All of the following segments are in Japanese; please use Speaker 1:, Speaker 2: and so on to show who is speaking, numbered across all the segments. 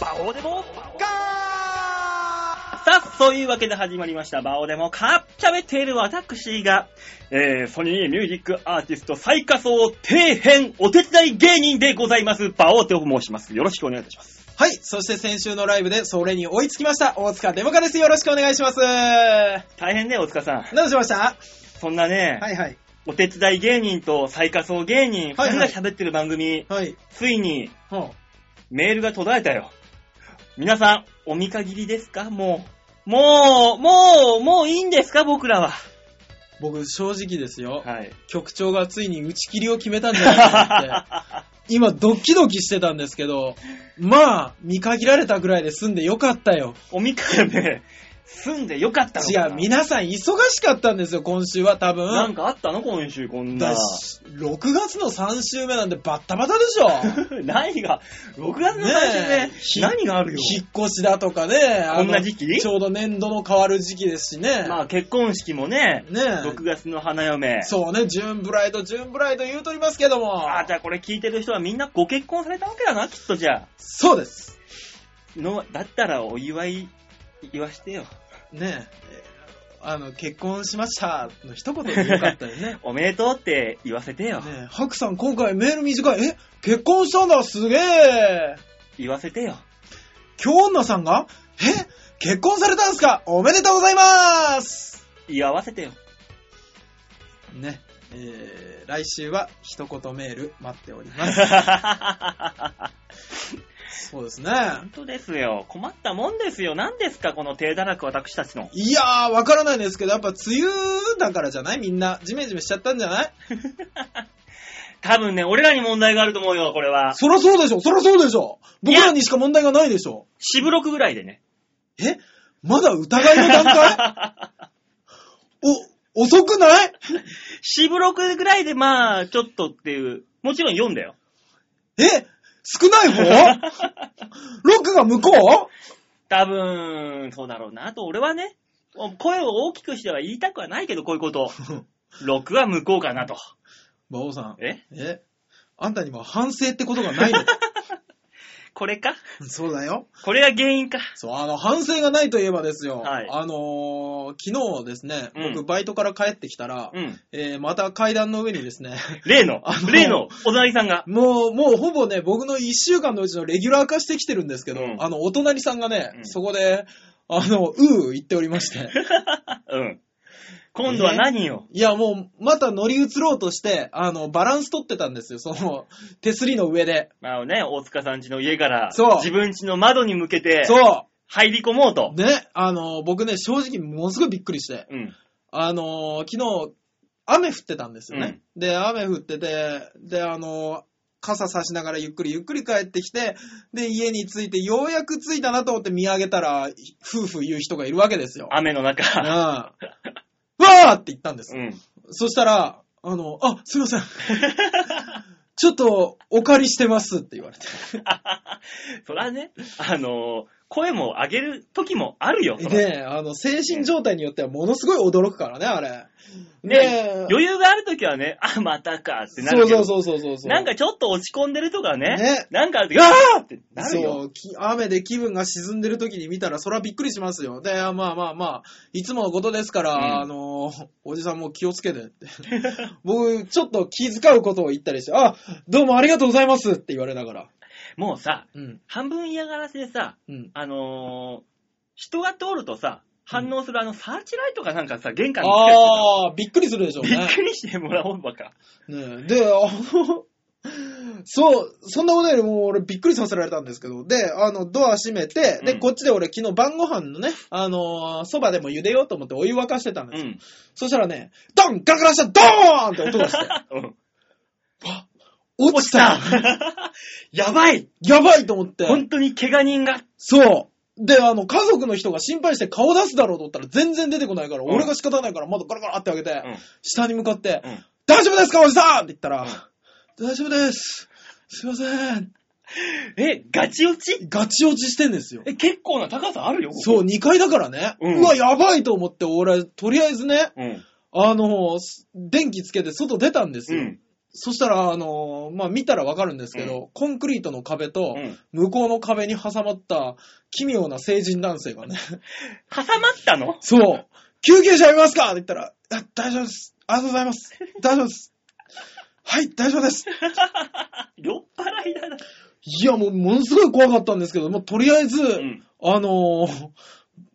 Speaker 1: バオデモガ
Speaker 2: さあ、そういうわけで始まりました。バオでもかっちゃべっている私が、えー、ソニーミュージックアーティスト最下層底辺お手伝い芸人でございます。バオと申します。よろしくお願いいたします。
Speaker 3: はい。そして先週のライブで、それに追いつきました。大塚デモカです。よろしくお願いします。ど
Speaker 2: 大変ね、大塚さん。
Speaker 3: うしました
Speaker 2: そんなね、
Speaker 3: はいはい。
Speaker 2: お手伝い芸人と最下層芸人、
Speaker 3: はいは
Speaker 2: 2
Speaker 3: い
Speaker 2: 人が喋ってる番組、
Speaker 3: はい。
Speaker 2: ついに
Speaker 3: ほ
Speaker 2: メールが途絶えたよ。皆さん、お見限りですかもう。もう、もう、もういいんですか僕らは。
Speaker 3: う僕、正直ですよ。
Speaker 2: はい。
Speaker 3: 局長がついに打ち切りを決めた んじゃないかなって。今、ドキドキしてたんですけど、まあ、見限られたぐらいで済んでよかったよ。
Speaker 2: おみかね、住んでよかったの
Speaker 3: 違
Speaker 2: かな
Speaker 3: う、皆さん忙しかったんですよ、今週は多分。
Speaker 2: なんかあったの今週こんな
Speaker 3: だ。し6月の3週目なんでバッタバタでし ょ
Speaker 2: 何が、6月の最初
Speaker 3: ね
Speaker 2: ね
Speaker 3: えひ、
Speaker 2: 何 があるよ。
Speaker 3: 引っ越しだとかね。あ
Speaker 2: こ
Speaker 3: の
Speaker 2: んな時期
Speaker 3: ちょうど年度の変わる時期ですしね。
Speaker 2: まあ結婚式もね、
Speaker 3: ね
Speaker 2: 6月の花嫁。
Speaker 3: そうね、ジュンブライド、ジュンブライド言うとりますけども。
Speaker 2: ああ、じゃあこれ聞いてる人はみんなご結婚されたわけだな、きっとじゃあ。
Speaker 3: そうです。
Speaker 2: の、だったらお祝い、言わしてよ。
Speaker 3: ねえあの、結婚しましたの一言でよかったよ ね。
Speaker 2: おめでとうって言わせてよ。
Speaker 3: ねえ、ハクさん今回メール短い。え、結婚したんだ、すげえ。
Speaker 2: 言わせてよ。
Speaker 3: 京女さんがえ、結婚されたんすかおめでとうございます
Speaker 2: 言わせて よ。
Speaker 3: ね、えー、来週は一言メール待っており ます。
Speaker 2: 本
Speaker 3: そうですね。
Speaker 2: 当ですよ。困ったもんですよ。何ですか、この低堕落私たちの。
Speaker 3: いやー、わからないですけど、やっぱ梅雨だからじゃないみんな、ジメジメしちゃったんじゃない
Speaker 2: 多分ね、俺らに問題があると思うよ、これは。
Speaker 3: そらそうでしょ、そらそうでしょ。僕らにしか問題がないでしょ。
Speaker 2: しぶろくぐらいでね。
Speaker 3: えまだ疑いの段階 お、遅くない
Speaker 2: しぶろくぐらいで、まあ、ちょっとっていう。もちろん読んだよ。
Speaker 3: え少な い方ロックが向こ
Speaker 2: 多分、そうだろうな。あと、俺はね、声を大きくしては言いたくはないけど、こういう こと。
Speaker 3: う
Speaker 2: 6は向こうかなと。
Speaker 3: 馬王さん。
Speaker 2: え
Speaker 3: えあんたにも反省ってことがな いのか
Speaker 2: これか
Speaker 3: そうだよ。
Speaker 2: これが原因か。
Speaker 3: そう、あの、反省がないといえばですよ。
Speaker 2: はい
Speaker 3: あのー、昨日ですね、
Speaker 2: うん
Speaker 3: 僕バイトから帰ってきたら、
Speaker 2: うん。
Speaker 3: えーまた階段の上にですね、
Speaker 2: 例の
Speaker 3: あ、の
Speaker 2: 例の、お隣さんが。
Speaker 3: もう、もうほぼね、僕の一週間のうちのレギュラー化してきてるんですけど、
Speaker 2: うん
Speaker 3: あの、お隣さんがね、
Speaker 2: うん
Speaker 3: そこで、あの、うう言っておりまして。
Speaker 2: うん。今度は何よ。
Speaker 3: いや、もう、また乗り移ろうとして、あの、バランス取ってたんですよ、その、手すりの上で。
Speaker 2: まあね、大塚さん家の家から、
Speaker 3: そう
Speaker 2: 自分家の窓に向けて、
Speaker 3: そ
Speaker 2: 入り込もうと
Speaker 3: う。。ね、あの、僕ね、正直、ものすごいびっくりして。
Speaker 2: うん。
Speaker 3: あの、昨日、雨降ってたんですよね。で、雨降ってて、で、あの、傘差しながらゆっくりゆっくり帰ってきて、で、家に着いて、ようやく着いたなと思って見上げたら、夫婦言う人がいるわけですよ。
Speaker 2: 雨の
Speaker 3: うん。
Speaker 2: 中。
Speaker 3: わーって言ったんです。
Speaker 2: うん。
Speaker 3: そしたら、あの、あ、すいません。ちょっと、お借りしてますって言わ れて。
Speaker 2: そらね、あのー声も上げる時もあるよ。そら
Speaker 3: ねえ、あの、精神状態によってはものすごい驚くからね、あれ。
Speaker 2: ね
Speaker 3: ねえ。
Speaker 2: 余裕がある時はね、あ、またかってな
Speaker 3: そ
Speaker 2: る
Speaker 3: う
Speaker 2: けど。
Speaker 3: そうそうそうそうそう。
Speaker 2: なんかちょっと落ち込んでるとかね。
Speaker 3: ね
Speaker 2: なんかある時、あーってなる
Speaker 3: そ
Speaker 2: よ。
Speaker 3: う、き雨で気分が沈んでる時に見たら、そりゃびっくりしますよ。で、まあまあまあ、いつものことですから、
Speaker 2: うん
Speaker 3: あの、おじさんも気をつけて って。僕、ちょっと気遣うことを言ったりして、あ、どうもありがとうございますって言われながら。
Speaker 2: もうさ、
Speaker 3: うん、
Speaker 2: 半分嫌がらせでさ、
Speaker 3: うん。
Speaker 2: あのー人が通るとさ、反応するあのサーチライトかなんかさ、玄関につけてさ
Speaker 3: ああ、びっくりするでしょう
Speaker 2: び
Speaker 3: ね
Speaker 2: っ。くりしてもらおうばか。
Speaker 3: ねえで、あ の、そう、そんなことよりも俺びっくりさせられたんですけど、で、あの、ドア閉めて、で、
Speaker 2: うん
Speaker 3: こっちで俺昨日晩ご飯のね、あの、そばでも茹でようと思ってお湯沸かしてたん
Speaker 2: う
Speaker 3: ですよ。
Speaker 2: ん。
Speaker 3: そしたらね、ドンガラガラしたドーンって音がして、
Speaker 2: うん
Speaker 3: 落
Speaker 2: 落ち
Speaker 3: ちた
Speaker 2: たやばい
Speaker 3: やばいと思って、
Speaker 2: 本当に怪我人が。
Speaker 3: そう。で、あの、家族の人が心配して顔出すだろうと思ったら全然出てこないから、
Speaker 2: うん
Speaker 3: 俺が仕方ないから窓ガラガラって開けて、
Speaker 2: うん
Speaker 3: 下に向かって、
Speaker 2: うん
Speaker 3: 大丈夫ですかおじさんって言ったら、大丈夫です。すいません。
Speaker 2: え、ガチ落ち
Speaker 3: ガチ落ちしてんですよ。
Speaker 2: え、結構な高さあるよ。ここ
Speaker 3: そう、2階だからね。
Speaker 2: うん
Speaker 3: うわ、やばいと思って、俺、とりあえずね、
Speaker 2: うん。
Speaker 3: あの、電気つけて外出たんです
Speaker 2: う
Speaker 3: よ。
Speaker 2: ん。
Speaker 3: そしたら、あのーまあ、見たらわかるんですけど、コンクリートの壁と、
Speaker 2: うん。
Speaker 3: 向こうの壁に挟まった、奇妙な成人男性がね、
Speaker 2: 挟まったの
Speaker 3: そう、救急車呼びますかって言ったら、あ大丈夫です。ありがとうございます。大丈夫です。はい、大丈夫です。
Speaker 2: 酔っ払いだな。
Speaker 3: いや、もう、ものすごい怖かったんですけど、もう、とりあえず、
Speaker 2: うん。
Speaker 3: あのー、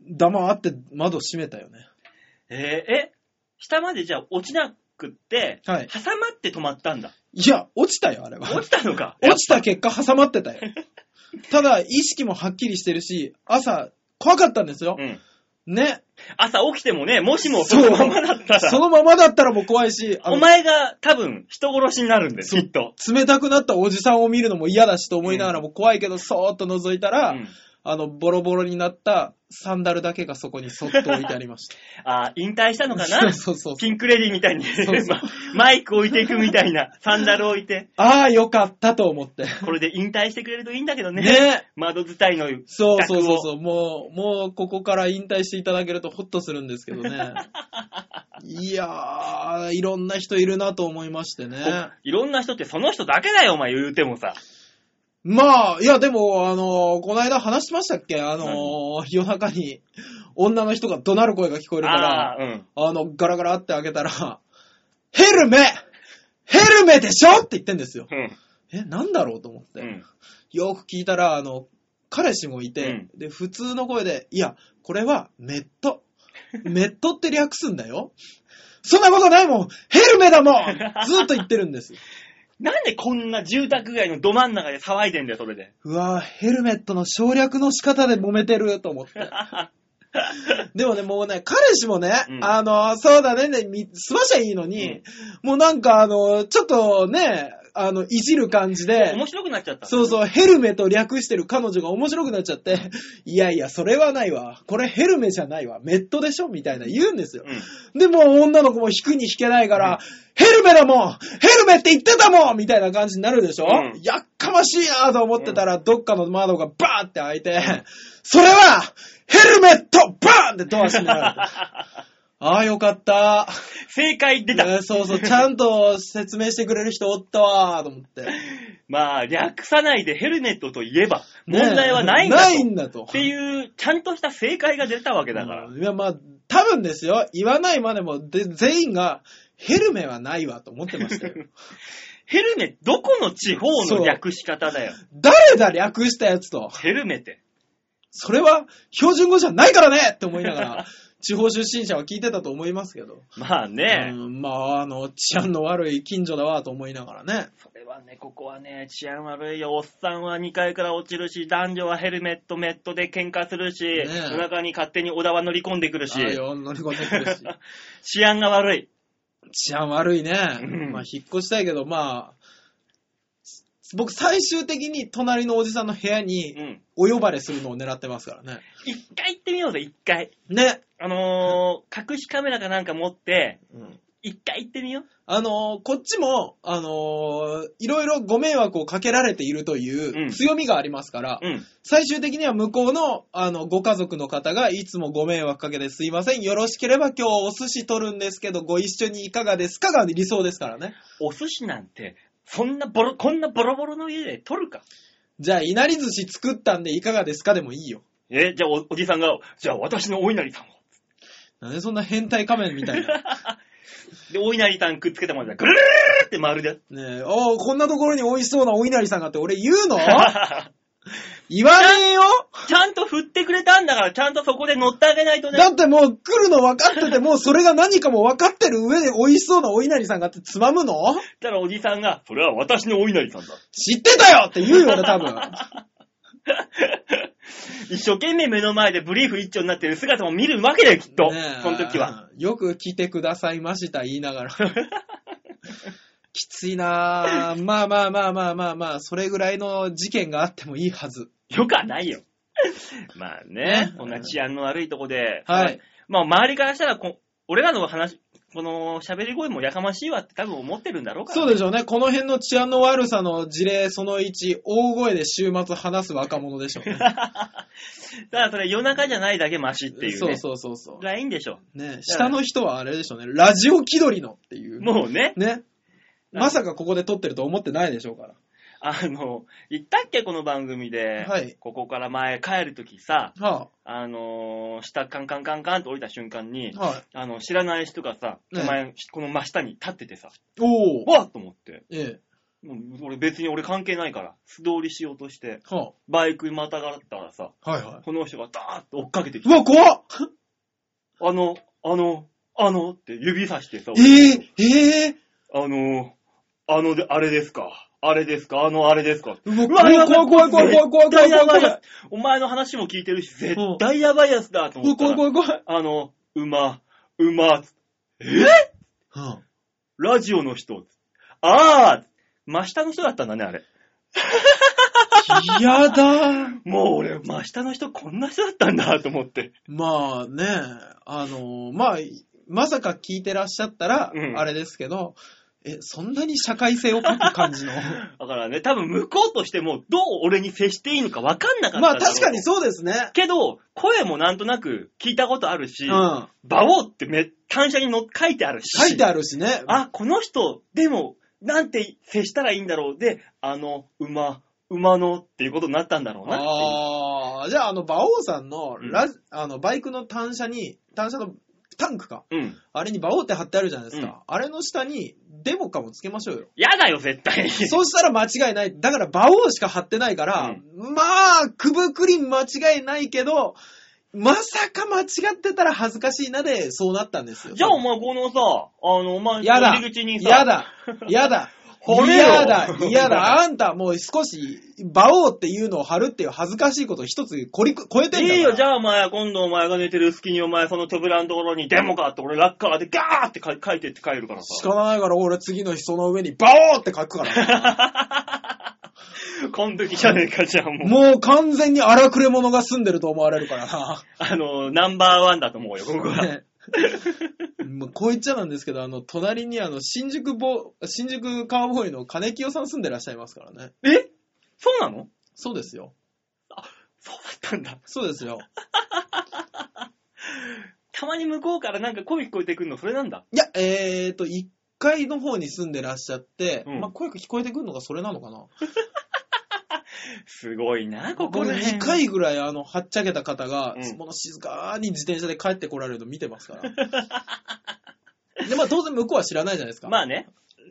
Speaker 3: 黙って窓閉めたよね。
Speaker 2: えーえ、下までじゃあ落ちなくって、
Speaker 3: はい
Speaker 2: 挟まって止まったんだ。
Speaker 3: いや、落ちたよ、あれは。
Speaker 2: 落ちたのか。
Speaker 3: 落ちた結果挟まって たよ。ただ、意識もはっきりしてるし、朝、怖かったんですよ
Speaker 2: う。ん。
Speaker 3: ね。
Speaker 2: 朝起きてもね、もしもそのままだった
Speaker 3: そ
Speaker 2: ら、
Speaker 3: のままだったらもう怖 いし、あの
Speaker 2: お前が多分人殺しになるんだよ、き
Speaker 3: そう
Speaker 2: っと。
Speaker 3: 冷たくなったおじさんを見るのも嫌だしと思いながらも怖いけど、そーっと覗いた
Speaker 2: う
Speaker 3: ら、
Speaker 2: ん、
Speaker 3: あの、ボロボロになったサンダルだけがそこにそっと置いてありました。
Speaker 2: あー引退したのか
Speaker 3: そう
Speaker 2: な
Speaker 3: そうそう。
Speaker 2: ピンクレディみたいに
Speaker 3: そう そう
Speaker 2: マイク置いていくみたいな、サンダル置いて、
Speaker 3: ああ、よかったと思って。
Speaker 2: これで引退してくれるといいんだけどね。
Speaker 3: ね。
Speaker 2: 窓伝いの企
Speaker 3: そうそうそう
Speaker 2: 画を
Speaker 3: そう。もう、もうここから引退していただけるとホッとするんですけどね。いやー、いろんな人いるなと思いましてね。
Speaker 2: いろんな人ってその人だけだよ、お前言うてもさ。
Speaker 3: まあ、いや、でも、あのーこの間話しましたっけあのー夜中に女の人が怒鳴る声が聞こえるから。
Speaker 2: あー、うん。
Speaker 3: あの、ガラガラって開けたら、ヘルメヘルメでしょって言ってんですよ。
Speaker 2: うん。
Speaker 3: え、なんだろうと思って。
Speaker 2: うん。
Speaker 3: よく聞いたら、あの、彼氏もいて、
Speaker 2: うん
Speaker 3: で、普通の声で、いや、これはメット。メットって略すんだよ。そんなことないもんヘルメだもんずっと言ってるんですよ。
Speaker 2: なんでこんな住宅街のど真ん中で騒いでんだよ、それで。
Speaker 3: うわぁ、ヘルメットの省略の仕方で揉めてると 思って。でもね、もうね、彼氏もね、
Speaker 2: うん
Speaker 3: あの、そうだね、ね、みすましゃいいのに、もうなんかあの、ちょっとね、あの、いじる感じで、
Speaker 2: 面白くなっちゃった。
Speaker 3: そうそう、ヘルメと略してる彼女が面白くなっちゃって、いやいや、それはないわ。これヘルメじゃないわ。メットでしょみたいな言うんですよ。
Speaker 2: うん。
Speaker 3: で、もう女の子も引くに引けないから、ヘルメだもんヘルメって言ってたもんみたいな感じになるでしょ、
Speaker 2: うん
Speaker 3: やっかましいなと思ってたら、どっかの窓がバーって開いて、それは、ヘルメットバーンってドア閉められ た。ああ、よかった。
Speaker 2: 正解出た。
Speaker 3: えーそ うそう、ちゃんと説明してくれる人おったわーと思って。
Speaker 2: まあ、略さないでヘルメットといえば、
Speaker 3: ね
Speaker 2: 問題はないんだと。
Speaker 3: ないんだと。
Speaker 2: っていう、ちゃんとした正解が出たわけだから。
Speaker 3: うんいや、まあ、多分ですよ。言わないまでも、で全員が、ヘルメはないわと思ってましたよ。
Speaker 2: ヘルメ、どこの地方の略し方だよ。
Speaker 3: 誰だ略したやつと。
Speaker 2: ヘルメって。
Speaker 3: それは標準語じゃないからねって思いな がら、地方出身者は聞いてたと思いますけど。
Speaker 2: まあね、
Speaker 3: うんまあ、あの、治安の悪い近所だわと思いながらね。
Speaker 2: それはね、ここはね、治安悪いよ。おっさんは2階から落ちるし、男女はヘルメット、メットで喧嘩するし、
Speaker 3: ねえ
Speaker 2: 夜中に勝手に小田は乗り込んでくるし
Speaker 3: あ、あよ、乗り込んでく るし。
Speaker 2: 治安が悪い。
Speaker 3: 治安悪いね
Speaker 2: うん。
Speaker 3: まあ、引っ越したいけど、まあ、僕最終的に隣のおじさんの部屋
Speaker 2: う
Speaker 3: に
Speaker 2: ん。
Speaker 3: お呼ばれするのを狙ってますからね。
Speaker 2: 一回行ってみようぜ、一回。
Speaker 3: ね。
Speaker 2: あのー、隠しカメラかなんか持って、
Speaker 3: うん
Speaker 2: 一回行ってみよ
Speaker 3: あのーこっちも、あのーいろいろご迷惑をかけられていると
Speaker 2: う
Speaker 3: い
Speaker 2: ん
Speaker 3: う強みがありますから、
Speaker 2: う。うん。
Speaker 3: 最終的には向こうの、あの、ご家族の方が、いつもご迷惑かけてすいません。よろしければ今日お寿司取るんですけど、ご一緒にいかがですかが理想ですからね。
Speaker 2: お寿司なんて、そんなボロ、こんなボロボロの家で取るか。
Speaker 3: じゃあ、いなり寿司作ったんでいかがですかでもいいよ。
Speaker 2: え、じゃあおおじさんが、じゃあ私のお稲荷さんを。
Speaker 3: なんでそんな変態仮面みたいな。
Speaker 2: で、お稲荷さんくっつけたもんじゃ、ぐるーって回るで。
Speaker 3: ねえ、おーこんなところに美味しそうなお稲荷さんがって俺言 うの言わねえよ
Speaker 2: ちゃんと振ってくれたんだから、ちゃんとそこで乗ってあげないとね
Speaker 3: だ。ってもう来るの分かってて、もうそれが何かも分かってる上で美味しそうなお稲荷さんがってつまむの
Speaker 2: たらおじさんが、それは私のお稲荷さんだ。
Speaker 3: 知ってたよって言うよね、多分。
Speaker 2: 一生懸命目の前でブリーフ一丁になってる姿も見るわけだよ、きっと。
Speaker 3: ねえ
Speaker 2: その時は。。
Speaker 3: よく来てくださいました、言いながら。 きついなぁ。まあまあまあまあまあまあ、それぐらいの事件があってもいいはず。
Speaker 2: よくはない よ。まあね
Speaker 3: ね、
Speaker 2: こんな治安の悪いとこで。
Speaker 3: はい。
Speaker 2: まあ周りからしたらこ、俺らの話、この喋り声もやかましいわって多分思ってるんだろうから、
Speaker 3: そうでしょうね。この辺の治安の悪さの事例その1、大声で週末話す若者でしょうね。
Speaker 2: だからそれ夜中じゃないだけマシ っていうね。
Speaker 3: そうそうそうそ
Speaker 2: がいいんでしょ。
Speaker 3: う。ね下の人はあれでしょうね。ラジオ気取りのっていうう。
Speaker 2: もうね。
Speaker 3: ね。まさかここで撮ってると思ってないでしょうから。
Speaker 2: あの、言ったっけこの番組で。
Speaker 3: はい
Speaker 2: ここから前帰るときさ、
Speaker 3: は
Speaker 2: あのー下カンカンカンカンと降りた瞬間に
Speaker 3: い、、はい。
Speaker 2: あの、知らない人がさ、
Speaker 3: ね
Speaker 2: 手前、この真下に立っててさ、
Speaker 3: おー。
Speaker 2: わっと思って。
Speaker 3: え
Speaker 2: もう俺別に俺関係ないから、素通りしようとして、
Speaker 3: え。は
Speaker 2: バイクにまたがったらさ、
Speaker 3: あ。はいは
Speaker 2: この人がダーッと追っかけてき
Speaker 3: い。う
Speaker 2: て、
Speaker 3: わ、怖っ
Speaker 2: あの、あの、あのって指さしてさ、
Speaker 3: ええええ
Speaker 2: あの、あので、あれですか、あれですか、あのあれですかって。
Speaker 3: うわ、怖い怖い怖い怖い怖い怖い怖い怖い
Speaker 2: 絶対やば
Speaker 3: 怖
Speaker 2: い
Speaker 3: い
Speaker 2: やつお前の話も聞いてるし、絶対やばいやつだと思った
Speaker 3: 怖
Speaker 2: ら、
Speaker 3: い怖い怖い。
Speaker 2: あの、馬、馬、
Speaker 3: は
Speaker 2: ラジオの人、あー、真下の人だったんだね、あれ。
Speaker 3: あ嫌だ。
Speaker 2: もう俺、真下の人こんな人だったんだと思って。
Speaker 3: まあね、あの、まあ、まさか聞いてらっしゃったら
Speaker 2: う、ん
Speaker 3: あれですけど、え、そんなに社会性を書く感じの。
Speaker 2: だからね、多分向こうとしても、どう俺に接していいのか分かんなかった。
Speaker 3: まあ確かに。そうですね。
Speaker 2: けど、声もなんとなく聞いたことあるし、
Speaker 3: うん。
Speaker 2: 馬王ってめ、単車にの書いてあるし。
Speaker 3: 書いてあるしね。
Speaker 2: あ、この人、でも、なんて接したらいいんだろう。で、あの、馬、馬のっていうことになったんだろうなっていう。
Speaker 3: ああ、じゃあ、あの、馬王さんの
Speaker 2: うん
Speaker 3: ラジ、あの、バイクの単車に、単車のタンクか。
Speaker 2: うん。
Speaker 3: あれに馬王って貼ってあるじゃないですか。あれの下に、デモカもつけましょうよ。
Speaker 2: やだよ、絶対。
Speaker 3: そうしたら間違いない。だから馬王しか貼ってないから、まあ、くぶくりん間違いないけど、まさか間違ってたら恥ずかしいなで、そうなったんですよ。
Speaker 2: じゃあお前このさ、あの、お前、
Speaker 3: やだ
Speaker 2: 入り口にさ、
Speaker 3: 嫌だ。嫌だ。
Speaker 2: 掘れよ
Speaker 3: 嫌だ。嫌だ。あんたもう少し、馬王っていうのを貼るっていう恥ずかしいことを一つこりく超えてんだから。
Speaker 2: いいよ、じ
Speaker 3: ゃ
Speaker 2: ゃあお前、今度お前が寝てる隙にお前、その扉のところにデモかって俺ラッカーでガーって書い書いてって帰るから
Speaker 3: 仕
Speaker 2: さ。
Speaker 3: 方ないから俺次の日その上にバオーって書く から。
Speaker 2: こん時じゃねえか、じゃあもう。
Speaker 3: もう完全に荒くれ者が住んでると思われるからな。
Speaker 2: あの、ナンバーワンだと思うよ、ここは。
Speaker 3: ねもうこう言っちゃなんですけど、あの、隣にあの、新宿ボ、新宿カーボーイの金清さん住んでらっしゃいますからね。
Speaker 2: えそうなの
Speaker 3: そうですよ。
Speaker 2: そうだったんだ。
Speaker 3: そうですよ。
Speaker 2: たまに向こうからなんか声聞こえてくるの、それなんだ。
Speaker 3: いや、えーと、1階の方に住んでらっしゃって、
Speaker 2: うん
Speaker 3: まあ、声が聞こえてくるのがそれなのかな。
Speaker 2: すごいな、ここ
Speaker 3: 僕
Speaker 2: ら辺
Speaker 3: 2回ぐらい、あの、はっちゃけた方が、
Speaker 2: うん
Speaker 3: もの静かに自転車で帰ってこられるの見てますから。で、まあ、当然向こうは知らないじゃないです か。
Speaker 2: まあね。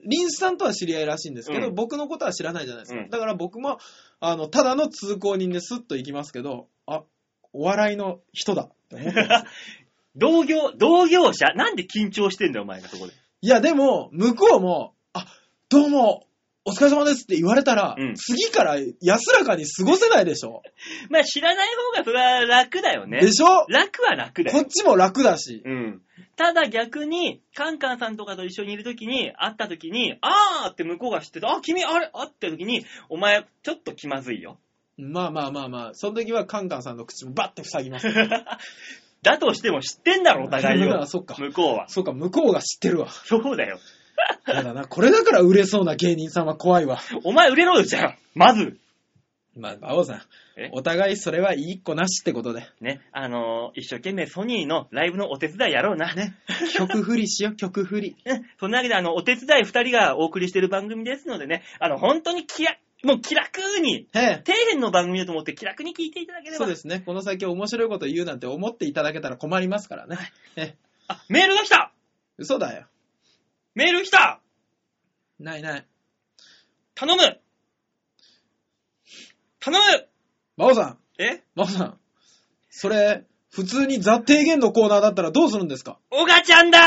Speaker 3: リンスさんとは知り合いらしいんですけど、
Speaker 2: うん
Speaker 3: 僕のことは知らないじゃないですか。
Speaker 2: うん
Speaker 3: だから僕も、あの、ただの通行人でスッと行きますけど、あ、お笑いの人だって思ってます。
Speaker 2: 同業、同業者なんで緊張してんだよ、お前がそこで。
Speaker 3: いや、でも、向こうも、あ、どうも、お疲れ様ですって言われたら、
Speaker 2: うん
Speaker 3: 次から安らかに過ごせないでしょ。
Speaker 2: まあ知らない方がそれは楽だよね。
Speaker 3: でしょ
Speaker 2: 楽は楽だよ
Speaker 3: こ。っちも楽だし。
Speaker 2: うん。ただ逆に、カンカンさんとかと一緒にいるときに、会ったときに、あーって向こうが知ってた、あ、君、あれ、あってときに、お前、ちょっと気まずいよ。
Speaker 3: まあまあまあまあ、その時はカンカンさんの口もバッて塞ぎます。
Speaker 2: だとしても知ってんだろ、お互いよ
Speaker 3: あ。 そっか。
Speaker 2: 向こうは。
Speaker 3: そうか、向こうが知ってるわ。
Speaker 2: そうだよ。
Speaker 3: やだな。これだから売れそうな芸人さんは怖いわ。
Speaker 2: お前売れろよ、じゃあ。まず。
Speaker 3: まあ、馬王さん
Speaker 2: え、
Speaker 3: お互いそれはいい子なしってこと で。
Speaker 2: ね、あのー一生懸命ソニーのライブのお手伝いやろうな。ね。
Speaker 3: 曲振りしよう、曲振り。
Speaker 2: ね、そんなわけで、あの、お手伝い二人がお送りしてる番組ですのでね、あの、本当に気や、もう気楽に、
Speaker 3: え
Speaker 2: 底辺の番組だと思って気楽に聞いていただけ
Speaker 3: え。
Speaker 2: れ
Speaker 3: そ
Speaker 2: ば。
Speaker 3: うですね。この先面白いこと言うなんて思っていただけたら困りますからね。ええ。
Speaker 2: あ、メールが来た
Speaker 3: 嘘だよ。
Speaker 2: メール来た
Speaker 3: ないない。
Speaker 2: 頼む頼む
Speaker 3: 馬王さん、
Speaker 2: え
Speaker 3: 馬王さん。それ、普通にザ・提言のコーナーだったらどうするんですか
Speaker 2: オガちゃんだ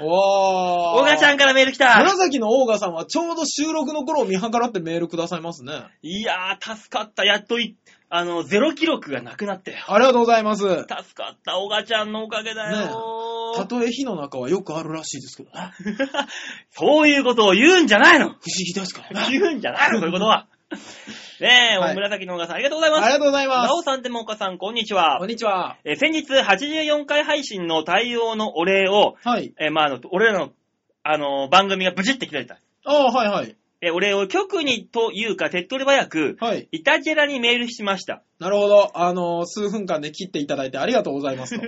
Speaker 2: ー
Speaker 3: おー。
Speaker 2: オガちゃんからメール来た
Speaker 3: 紫のオーガさんはちょうど収録の頃を見計らってメールくださいますね。
Speaker 2: いやー、助かった。やっとい、あの、ゼロ記録がなくなったよ。
Speaker 3: ありがとうございます。
Speaker 2: 助かった。オガちゃんのおかげだよ
Speaker 3: たとえ火の中はよくあるらしいですけどね。不思
Speaker 2: そういうことを言うんじゃないの
Speaker 3: 議ですから ね。
Speaker 2: 言うんじゃないのそういうことは。 ねえ、
Speaker 3: はい
Speaker 2: お紫のオガさん、ありがとうござい
Speaker 3: あ
Speaker 2: ま
Speaker 3: り
Speaker 2: す。
Speaker 3: がとうございま
Speaker 2: なお
Speaker 3: す。
Speaker 2: さん、でもおかさん、こんにちは
Speaker 3: こん。にちは。
Speaker 2: えー先日、84回配信の対応のお礼を、
Speaker 3: はい。
Speaker 2: えーまあ、あの、俺らの、あの、番組がブチって切られた。
Speaker 3: ああ、はいはい。
Speaker 2: えー、お礼を局にというか、手っ取り早く、
Speaker 3: はい。
Speaker 2: イタジェラにメールしました。
Speaker 3: なるほど。あのー数分間で切っていただいてありがとうござい ますと。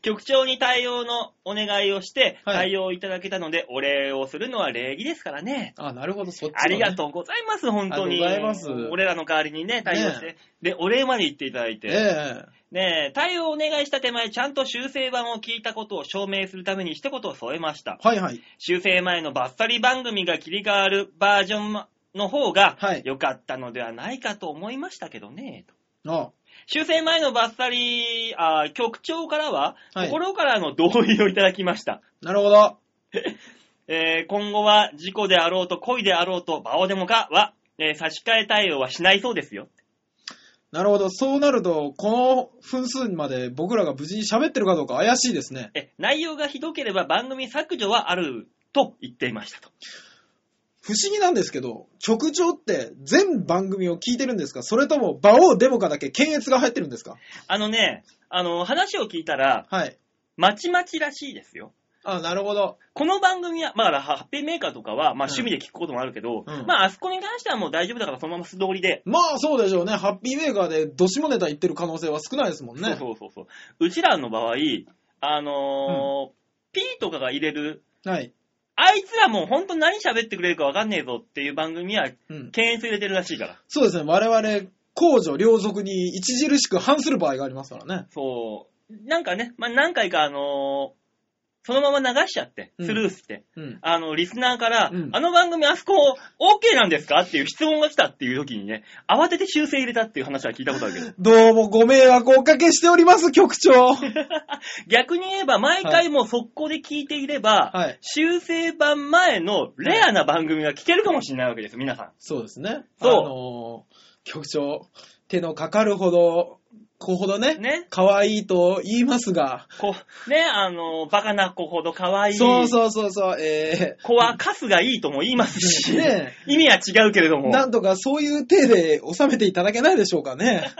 Speaker 2: 局長に対応のお願いをして、
Speaker 3: はい
Speaker 2: 対応いただけたので、お礼をするのは礼儀ですからね。
Speaker 3: あ、なるほど、そっち、
Speaker 2: ありがとうございます、本当に。
Speaker 3: ありがとうございます
Speaker 2: 俺らの代わりにね、対応して。で、お礼まで言っていただいうて。
Speaker 3: ね。え
Speaker 2: ねえ、対応をお願いした手前、ちゃんと修正版を聞いたことを証明するために一言添えました
Speaker 3: え。はいはい。
Speaker 2: 修正前のバッサリ番組が切り替わるバージョンの方が
Speaker 3: はい
Speaker 2: 良かったのではないかと思いましたけどね。と
Speaker 3: あ
Speaker 2: 修正前のバッサリ、あー局長からは、
Speaker 3: はい
Speaker 2: 心からの同意をいただきました。
Speaker 3: なるほど。
Speaker 2: えー今後は事故であろうと恋であろうと、バオデモかは、えー差し替え対応はしないそうですよ。
Speaker 3: なるほど。そうなると、この分数まで僕らが無事に喋ってるかどうか怪しいですね。
Speaker 2: え、内容がひどければ番組削除はあると言っていましたと。
Speaker 3: 不思議なんですけど、局長って全番組を聞いてるんですかそれとも、馬王デモカだけ検閲が入ってるんですか
Speaker 2: あのね、あの、話を聞いたら、
Speaker 3: はい。
Speaker 2: まちまちらしいですよ。
Speaker 3: あ、なるほど。
Speaker 2: この番組は、まあ、だからハッピーメーカーとかは、まあ、
Speaker 3: うん
Speaker 2: 趣味で聞くこともあるけど、
Speaker 3: うん
Speaker 2: まあ、あそこに関してはもう大丈夫だから、そのまま素通りで。
Speaker 3: まあそうでしょうね。ハッピーメーカーでどしもネタ言ってる可能性は少ないですもん
Speaker 2: そ
Speaker 3: ね。
Speaker 2: うそうそうそう。うちらの場合、あのー、P とかが入れる、
Speaker 3: はい。
Speaker 2: あいつらもう本当に何喋ってくれるかわかんねえぞっていう番組は、
Speaker 3: うん。
Speaker 2: 検閲入れてるらしいから。
Speaker 3: そうですね。我々、公女両族に著しく反する場合がありますからね。
Speaker 2: そう。なんかね、まあ、何回かあのーそのまま流しちゃって、
Speaker 3: うん
Speaker 2: スルーして、
Speaker 3: うん。
Speaker 2: あの、リスナーから、
Speaker 3: うん
Speaker 2: あの番組あそこ OK なんですかっていう質問が来たっていう時にね、慌てて修正入れたっていう話は聞いたことある けど。
Speaker 3: どうもご迷惑をおかけしております、局長。
Speaker 2: 逆に言えば、毎回もう速攻で聞いていれば、
Speaker 3: はい。
Speaker 2: 修正版前のレアな番組が聞けるかもしれないわけです、皆さん。
Speaker 3: そうですね。
Speaker 2: そう
Speaker 3: あのー局長、手のかかるほど、こほどね、
Speaker 2: ね
Speaker 3: 可愛いと言いますが、
Speaker 2: こう、ね、あの、バカな子ほど可愛い。
Speaker 3: そうそうそうそう、え
Speaker 2: 子はカスがいいとも言います
Speaker 3: ー、
Speaker 2: し、
Speaker 3: ね
Speaker 2: 意味は違うけれども。
Speaker 3: なんとかそういう手で収めていただけないでしょうかね。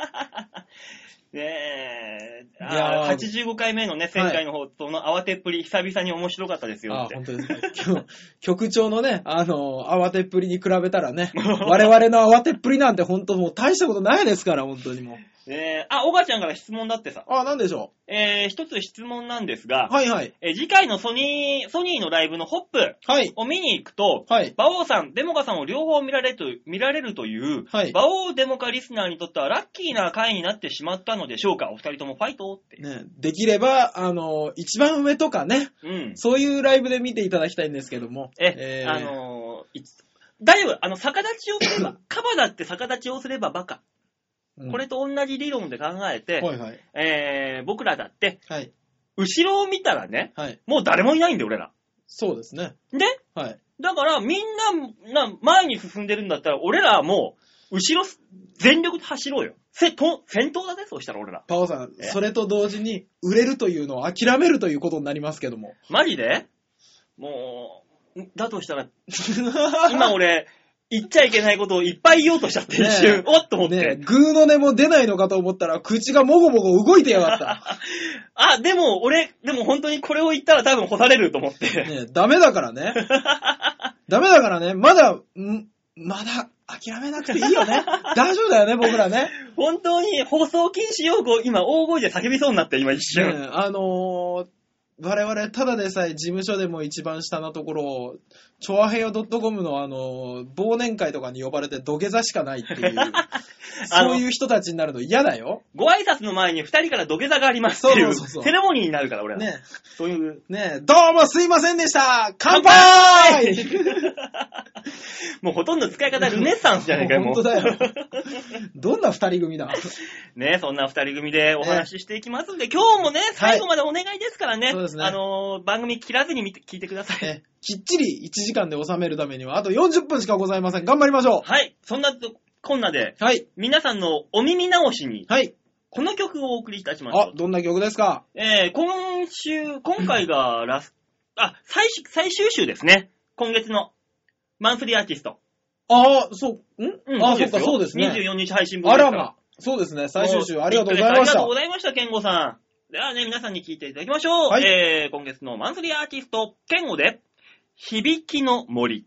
Speaker 2: ねえ、
Speaker 3: いや
Speaker 2: あ
Speaker 3: ー
Speaker 2: 85回目のね、前回の放送の慌てっぷり、久々に面白かったですよ
Speaker 3: あ
Speaker 2: っ
Speaker 3: あ、
Speaker 2: て
Speaker 3: 本。当 ですね。局局長のね、あのー慌てっぷりに比べたらね、 我々の慌てっぷりなんて本当もう大したことないですから、本当にもう。
Speaker 2: ねえあ、おばちゃんから質問だってさ。
Speaker 3: ああ、なんでしょ
Speaker 2: えー、一つ質問なんですが
Speaker 3: う。、はいはい。
Speaker 2: えー次回のソニー、ソニーのライブのホップ
Speaker 3: はい。
Speaker 2: を見に行くと、
Speaker 3: はい。
Speaker 2: 馬王さん、デモカさんを両方見られると見られるという、
Speaker 3: はい
Speaker 2: 馬王デモカリスナーにとってはラッキーな回になってしまったのでしょうかお二人ともファイトって。
Speaker 3: ね、できれば、あのー一番上とかね、
Speaker 2: うん。
Speaker 3: そういうライブで見ていただきたいんですけども。
Speaker 2: え、
Speaker 3: ー
Speaker 2: あのーいつだいぶ、あの、逆立ちをすれ ば、カバだって逆立ちをすればバカ。
Speaker 3: うん
Speaker 2: これと同じ理論で考えて、
Speaker 3: はいはい。
Speaker 2: えー、僕らだって、
Speaker 3: はい。
Speaker 2: 後ろを見たらね、
Speaker 3: はい。
Speaker 2: もう誰もいないんだよ、俺ら。
Speaker 3: そうですね。
Speaker 2: で、
Speaker 3: はい。
Speaker 2: だからみんな、な前に進んでるんだったら、俺らはもう、後ろす、全力で走ろうよ。せ、と、先頭だぜ、そうしたら俺ら。
Speaker 3: パオさん
Speaker 2: え、
Speaker 3: それと同時に、売れるというのを諦めるということになりますけども。
Speaker 2: マジでもう、んだとした ら、今俺、言っちゃいけないことをいっぱい言おうとしちゃって、一
Speaker 3: ね
Speaker 2: 瞬、 おっと思って。
Speaker 3: ねグーの音も出ないのかと思ったら、口がもごもご動いてやがった。
Speaker 2: あ、でも俺、でも本当にこれを言ったら多分干されると思って。
Speaker 3: ねダメだか らね。ダメだからね。まだ、んまだ、諦めなくていいよね。大丈夫だよね、僕らね。
Speaker 2: 本当に放送禁止用語を今大声で叫びそうになって、今一
Speaker 3: ね
Speaker 2: 瞬。
Speaker 3: あのー我々、ただでさえ事務所でも一番下のところを、チョアヘヨ .com のあのー忘年会とかに呼ばれて土下座しかないって いう、そういう人たちになるの嫌だよ。
Speaker 2: ご挨拶の前に二人から土下座がありますっていう、
Speaker 3: そうそうそうそう
Speaker 2: セレモニーになるから、俺は。
Speaker 3: ね
Speaker 2: そういう。
Speaker 3: ねどうもすいませんでした乾
Speaker 2: 乾
Speaker 3: 杯
Speaker 2: もうほとんど使い方ルネッサンスじゃないかよ、も
Speaker 3: 本
Speaker 2: う。
Speaker 3: 当だよ。どんな二人組だ
Speaker 2: ね、そんな二人組でお話ししていきますんで、今日もね、最後までお願いですからね。
Speaker 3: そうですね
Speaker 2: あのー番組切らずに見て聞いてください。
Speaker 3: ねきっちり1時間で収めるためには、あと40分しかございません。頑張りましょ
Speaker 2: はい、そんなとこんなで、
Speaker 3: うはい。
Speaker 2: 皆さんのお耳直しに、
Speaker 3: はい。
Speaker 2: この曲をお送りいたしましょ
Speaker 3: あ
Speaker 2: う、。
Speaker 3: どんな曲ですか
Speaker 2: えー、今週、今回がラス、あ、最終、最終週ですね。今月の、マンスリーアーティスト。
Speaker 3: ああ、そう、ん、あ、
Speaker 2: で
Speaker 3: そっ
Speaker 2: すよ
Speaker 3: か、そうですね。
Speaker 2: 24日配信分
Speaker 3: あ
Speaker 2: です
Speaker 3: ら
Speaker 2: から
Speaker 3: ま。そうですね。最終週ありがとうござい
Speaker 2: あ
Speaker 3: ま
Speaker 2: り
Speaker 3: し
Speaker 2: がと
Speaker 3: た
Speaker 2: うご。ざいました、健吾さん。ではね、皆さんに聞いていただきましょう。
Speaker 3: はい
Speaker 2: えー、今月のマンスリーアーティスト、健吾で、響きの森。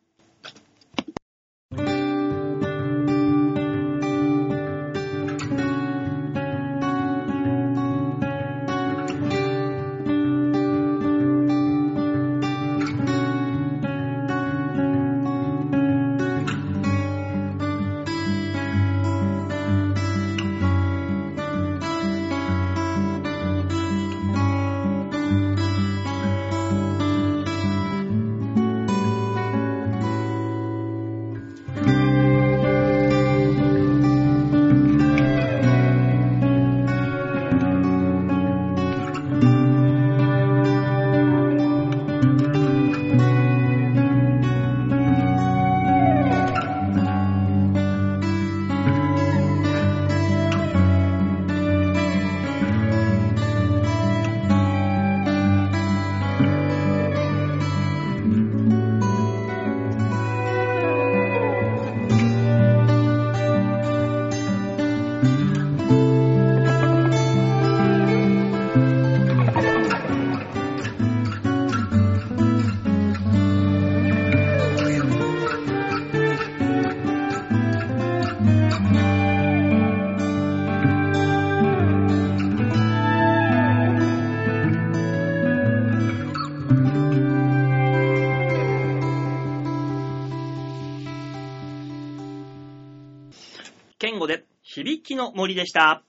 Speaker 2: ンゴで、響きの森でした。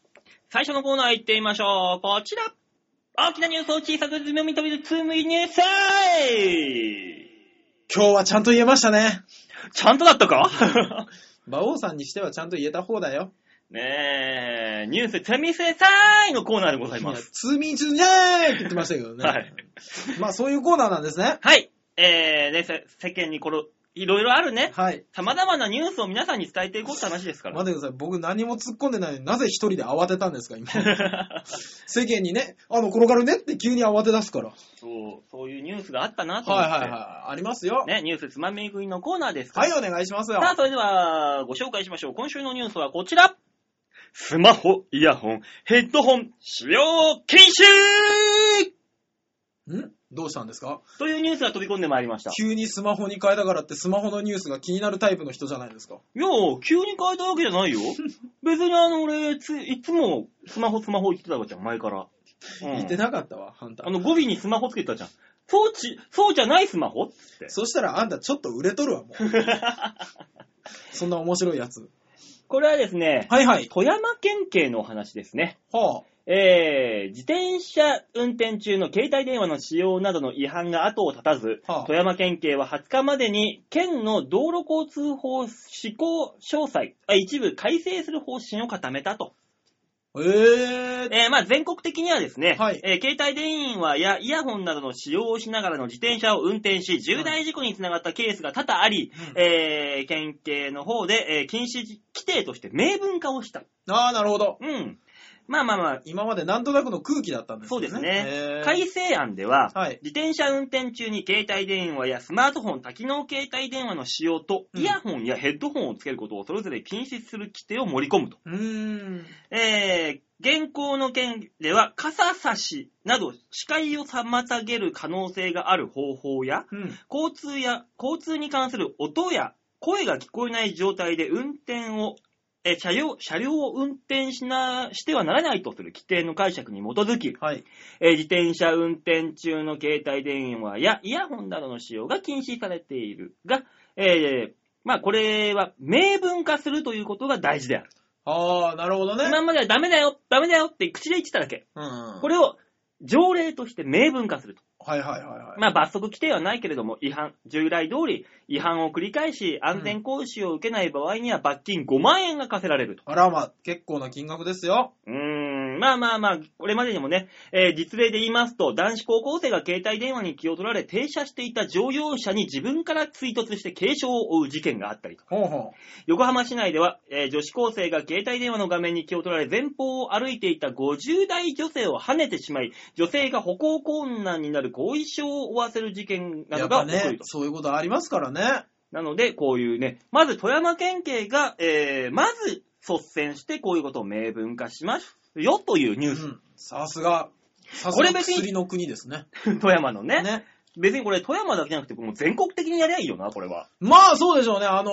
Speaker 2: 最初のコーナー行ってみましょう。こちら。大きなニュースを小さくずみ飛びずつむいニュース
Speaker 3: 今日はちゃんと言えましたね。
Speaker 2: ちゃんとだったか
Speaker 3: 馬王さんにしてはちゃんと言えた方だよ。
Speaker 2: ねえ、ニュースつみせさーいのコーナーでございます。
Speaker 3: 通民中じゃーいって言ってましたけどね。
Speaker 2: はい。
Speaker 3: まあそういうコーナーなんですね。
Speaker 2: はい。えー、ね、せ世間にこの、いろいろあるね、
Speaker 3: はい。
Speaker 2: 様々なニュースを皆さんに伝えていこうって話ですから。
Speaker 3: 待ってください。僕何も突っ込んでないのになぜ一人で慌てたんですか、今。世間にね、あの、転がるねって急に慌て出すから。は
Speaker 2: そう、そういうニュースがあったないと思って。
Speaker 3: はいはい。ありますよ。
Speaker 2: ね、ニュースつまみ食いのコーナーですから
Speaker 3: はい、お願いしますよ。
Speaker 2: さあ、それでは、ご紹介しましょう。今週のニュースはこちら。スマホ、イヤホン、ヘッドホン、使用禁止
Speaker 3: んどうしたんですか
Speaker 2: というニュースが飛び込んでまいりました。
Speaker 3: 急にスマホに変えたからってスマホのニュースが気になるタイプの人じゃないですか。
Speaker 2: いや、急に変えたわけじゃない よ。別にあの、俺、ついつもスマホスマホ言ってたわけじゃん、前から。うん
Speaker 3: 言ってなかったわ、あんた
Speaker 2: あ。の、語尾にスマホつけてたじゃん。そうち、そうじゃないスマホっつって。
Speaker 3: そしたらあんたちょっと売れと るわ、もう。そんな面白いやつ。
Speaker 2: これはですね、
Speaker 3: はいはい。
Speaker 2: 富山県警のお話ですね。
Speaker 3: は
Speaker 2: えー、自転車運転中の携帯電話の使用などの違反が後を絶たず、
Speaker 3: はあ
Speaker 2: 富山県警は20日までに県の道路交通法施行詳細、あ一部改正する方針を固めたと。
Speaker 3: あ。えー。
Speaker 2: えーまあ、全国的にはですね、
Speaker 3: はい
Speaker 2: えー携帯電話やイヤホンなどの使用をしながらの自転車を運転し、重大事故につながったケースが多々あり、
Speaker 3: うん
Speaker 2: えー県警の方で、えー禁止規定として明文化をした。
Speaker 3: ああ、なるほど。
Speaker 2: うん。まあまあまあ、
Speaker 3: 今までなんとなくの空気だったんですね。
Speaker 2: そうですね
Speaker 3: えー
Speaker 2: 改正案では、
Speaker 3: はい
Speaker 2: 自転車運転中に携帯電話やスマートフォン、多機能携帯電話の使用と、
Speaker 3: うん
Speaker 2: イヤホンやヘッドホンをつけることをそれぞれ禁止する規定を盛り込むと。
Speaker 3: うーん。
Speaker 2: えー、現行の件では、傘差しなど視界を妨げる可能性がある方法や、
Speaker 3: うん。
Speaker 2: 交通や、交通に関する音や声が聞こえない状態で運転を、えー車両、車両を運転しな、してはならないとする規定の解釈に基づき、
Speaker 3: はい。
Speaker 2: えー自転車運転中の携帯電話やイヤホンなどの使用が禁止されているが、えーまあこれは明文化するということが大事である。
Speaker 3: ああ、なるほどね。
Speaker 2: 今まではダメだよ、ダメだよって口で言ってただけ。
Speaker 3: うん。
Speaker 2: これを条例として明文化すると。
Speaker 3: はいはいはいはい。
Speaker 2: まあ罰則規定はないけれども、違反、従来通り違反を繰り返し、安全講習を受けない場合には罰金5万円が課せられると。
Speaker 3: あらまあ、結構な金額ですよ。
Speaker 2: うーん、まあまあまあ、これまでにもね、えー実例で言いますと、男子高校生が携帯電話に気を取られ、停車していた乗用車に自分から追突して軽傷を負う事件があったりと。
Speaker 3: ほうほ
Speaker 2: 横浜市内では、えー女子高生が携帯電話の画面に気を取られ、前方を歩いていた50代女性を跳ねてしまい、女性が歩行困難になる後遺症を負わせる事件
Speaker 3: う。
Speaker 2: な
Speaker 3: やっ
Speaker 2: ど
Speaker 3: ぱ
Speaker 2: が起こる
Speaker 3: ね
Speaker 2: と、。
Speaker 3: そういうことありますからね。
Speaker 2: なので、こういうね、まず富山県警が、えーまず率先してこういうことを明文化しますよというニュ
Speaker 3: う
Speaker 2: ース。
Speaker 3: ん。さすが、さす
Speaker 2: こ
Speaker 3: が
Speaker 2: れ別に
Speaker 3: 薬の国ですね。
Speaker 2: 富山のね
Speaker 3: ね。
Speaker 2: 別にこれ富山だけじゃなくて、もう全国的にやりゃいいよな、これは。
Speaker 3: まあそうでしょうね。あのー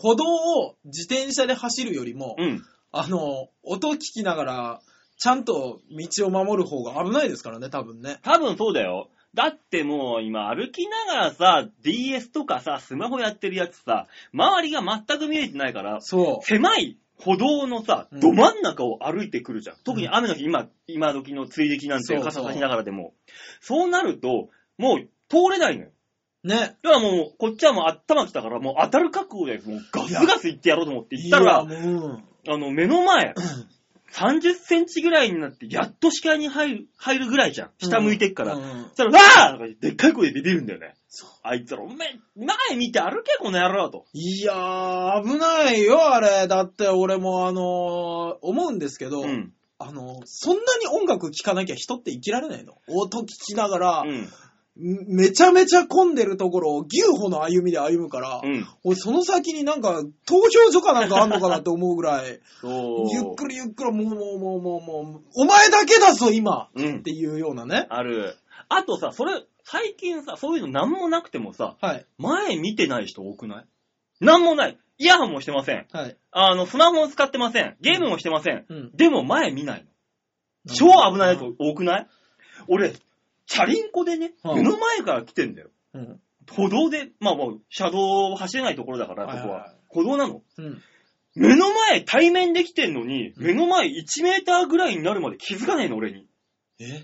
Speaker 3: 歩道を自転車で走るよりも、
Speaker 2: うん。
Speaker 3: あのー音聞きながら、ちゃんと道を守る方が危ないですからね、多分ね。
Speaker 2: 多分そうだよ。だってもう今歩きながらさ、DS とかさ、スマホやってるやつさ、周りが全く見えてないから、
Speaker 3: そ
Speaker 2: 狭い歩道のさ、
Speaker 3: うん
Speaker 2: ど真ん中を歩いてくるじゃん。特に雨の日、今、今時の追撃なんて
Speaker 3: そうそ
Speaker 2: 傘
Speaker 3: う
Speaker 2: 差しながらでも。そうなると、もう通れないのよ。
Speaker 3: う。ね。
Speaker 2: だからもう、こっちはもう頭来たから、もう当たる覚悟で、もうガスガス行ってやろうと思って行ったら
Speaker 3: い、やもう、
Speaker 2: あの、目の 前、30センチぐらいになって、やっと視界に入る、入るぐらいじゃん。下向いてっから。
Speaker 3: うん
Speaker 2: そ
Speaker 3: うん
Speaker 2: したら、わーとか言ってでっかい声でビビるんだよね。
Speaker 3: そう
Speaker 2: あいつら、お前、前見て歩け、この野郎と。
Speaker 3: いやー、危ないよ、あれ。だって俺も、あのー思うんですけど、
Speaker 2: うん。
Speaker 3: あのーそんなに音楽聴かなきゃ人って生きられないの。音聞きながら、
Speaker 2: うん。
Speaker 3: めちゃめちゃ混んでるところを牛歩の歩みで歩むから、
Speaker 2: うん。
Speaker 3: 俺その先になんか投票所かなんかあんのかなって思うぐらい、
Speaker 2: そう。
Speaker 3: ゆっくりゆっくり、もうもうもうもうもう、お前だけだぞ、今
Speaker 2: う
Speaker 3: っ
Speaker 2: ん。
Speaker 3: ていうようなね。
Speaker 2: ある。あとさ、それ、最近さ、そういうのなんもなくてもさ、
Speaker 3: はい、
Speaker 2: 前見てない人多くないなんもない。イヤホンもしてません。
Speaker 3: はい。
Speaker 2: あの、スマホも使ってません。ゲームもしてません。
Speaker 3: うん。
Speaker 2: でも前見ない。超危ないやつ多くない俺、チャリンコでね、
Speaker 3: うん
Speaker 2: 目の前から来てんだよ。
Speaker 3: うん。
Speaker 2: 歩道で、まあもう、車道を走れないところだから、ここ
Speaker 3: はいはいは。
Speaker 2: はい歩道なの。
Speaker 3: うん。
Speaker 2: 目の前対面できてんのに、
Speaker 3: うん
Speaker 2: 目の前1メーターぐらいになるまで気づかねえの、俺に。
Speaker 3: え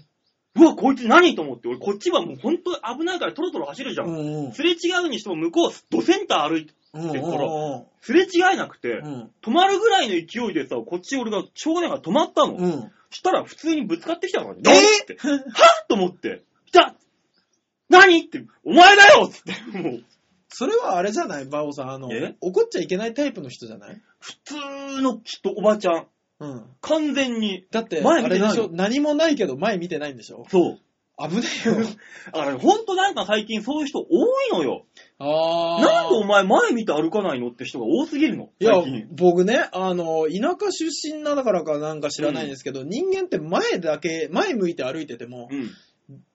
Speaker 2: うわ、こいつ何と思って、俺こっちはもう本当危ないからトロトロ走るじゃ。
Speaker 3: うんんうん。
Speaker 2: すれ違うにしても向こう、ドセンター歩いて、
Speaker 3: うんうん
Speaker 2: でこ
Speaker 3: うん
Speaker 2: すれ違えなくて
Speaker 3: う、ん。
Speaker 2: 止まるぐらいの勢いでさ、こっち俺が、しょうがないから止まったの。
Speaker 3: うん。
Speaker 2: したら普通にぶつかってきたのに。
Speaker 3: えー
Speaker 2: ドンって。はっと思って。来た何って、お前だよっつって。もう、
Speaker 3: それはあれじゃないバオさん、あの
Speaker 2: え、
Speaker 3: 怒っちゃいけないタイプの人じゃない
Speaker 2: 普通のきっとおばちゃん。
Speaker 3: うん。
Speaker 2: 完全に。
Speaker 3: だって、
Speaker 2: 前
Speaker 3: あ
Speaker 2: 見て
Speaker 3: れ
Speaker 2: ない
Speaker 3: でしょ何もないけど前見てないんでしょ
Speaker 2: そう。
Speaker 3: 危ねえよ。
Speaker 2: だからほんとなんか最近そういう人多いのよ。
Speaker 3: あー
Speaker 2: なんでお前前見て歩かないのって人が多すぎるの
Speaker 3: いや
Speaker 2: 最近。、
Speaker 3: 僕ね、あの、田舎出身なだからかなんか知らないんですけど、人間って前だけ、前向いて歩いてても
Speaker 2: う、ん。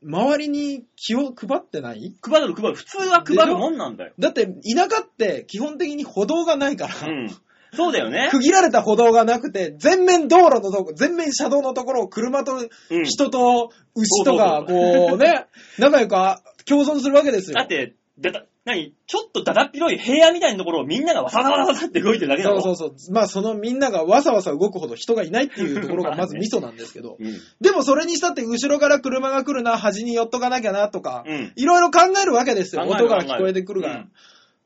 Speaker 3: 周りに気を配ってない
Speaker 2: 配る配る。普通は配るもんなんだよ。
Speaker 3: だって、田舎って基本的に歩道がないから、
Speaker 2: うん。そうだよね。
Speaker 3: 区切られた歩道がなくて、全面道路のとこ、全面車道のところを車と
Speaker 2: うん。
Speaker 3: 人と牛と
Speaker 2: う
Speaker 3: か、
Speaker 2: ん
Speaker 3: こう ね、仲良くあ共存するわけですよ。
Speaker 2: だって、だだ、何ちょっとだだっ広い平野みたいなところをみんながわさわさわさわさって動いてるだけだ
Speaker 3: そ
Speaker 2: ろ。
Speaker 3: うそうそう。まあ、そのみんながわさわさ動くほど人がいないっていうところがまずミソなんですけど、
Speaker 2: うん。
Speaker 3: でもそれにしたって後ろから車が来るな、端に寄っとかなきゃなとか、
Speaker 2: うん
Speaker 3: いろいろ考えるわけですよ。
Speaker 2: 考える
Speaker 3: 音が聞こえてくるか
Speaker 2: 考
Speaker 3: ら。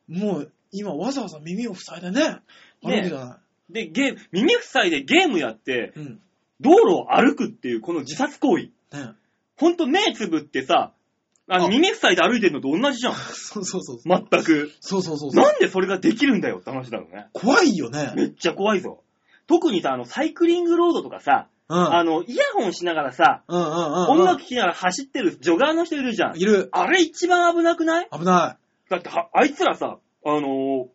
Speaker 3: もう今わざわざ耳を塞いでね、歩
Speaker 2: ね
Speaker 3: くじゃない。
Speaker 2: で、ゲーム、耳塞いでゲームやって、
Speaker 3: うん。
Speaker 2: 道路を歩くっていうこの自殺行為。
Speaker 3: ね
Speaker 2: ほんと目つぶってさ、あの
Speaker 3: あ
Speaker 2: 耳塞いで歩いてるのと同じじゃん。
Speaker 3: そうそうそう。
Speaker 2: 全く。
Speaker 3: そうそうそうそう。
Speaker 2: なんでそれができるんだよって話だろうね。
Speaker 3: 怖いよ
Speaker 2: め
Speaker 3: ね。
Speaker 2: っちゃ怖いぞ。特にさ、あの、サイクリングロードとかさ、
Speaker 3: うん。うん
Speaker 2: あの、イヤホンしながらさ、
Speaker 3: うんうんうん。
Speaker 2: 音楽聴きながら走ってるジョガーの人いるじゃん。
Speaker 3: いる。
Speaker 2: あれ一番危なくない
Speaker 3: 危な
Speaker 2: だっては、あいつらさ、あのー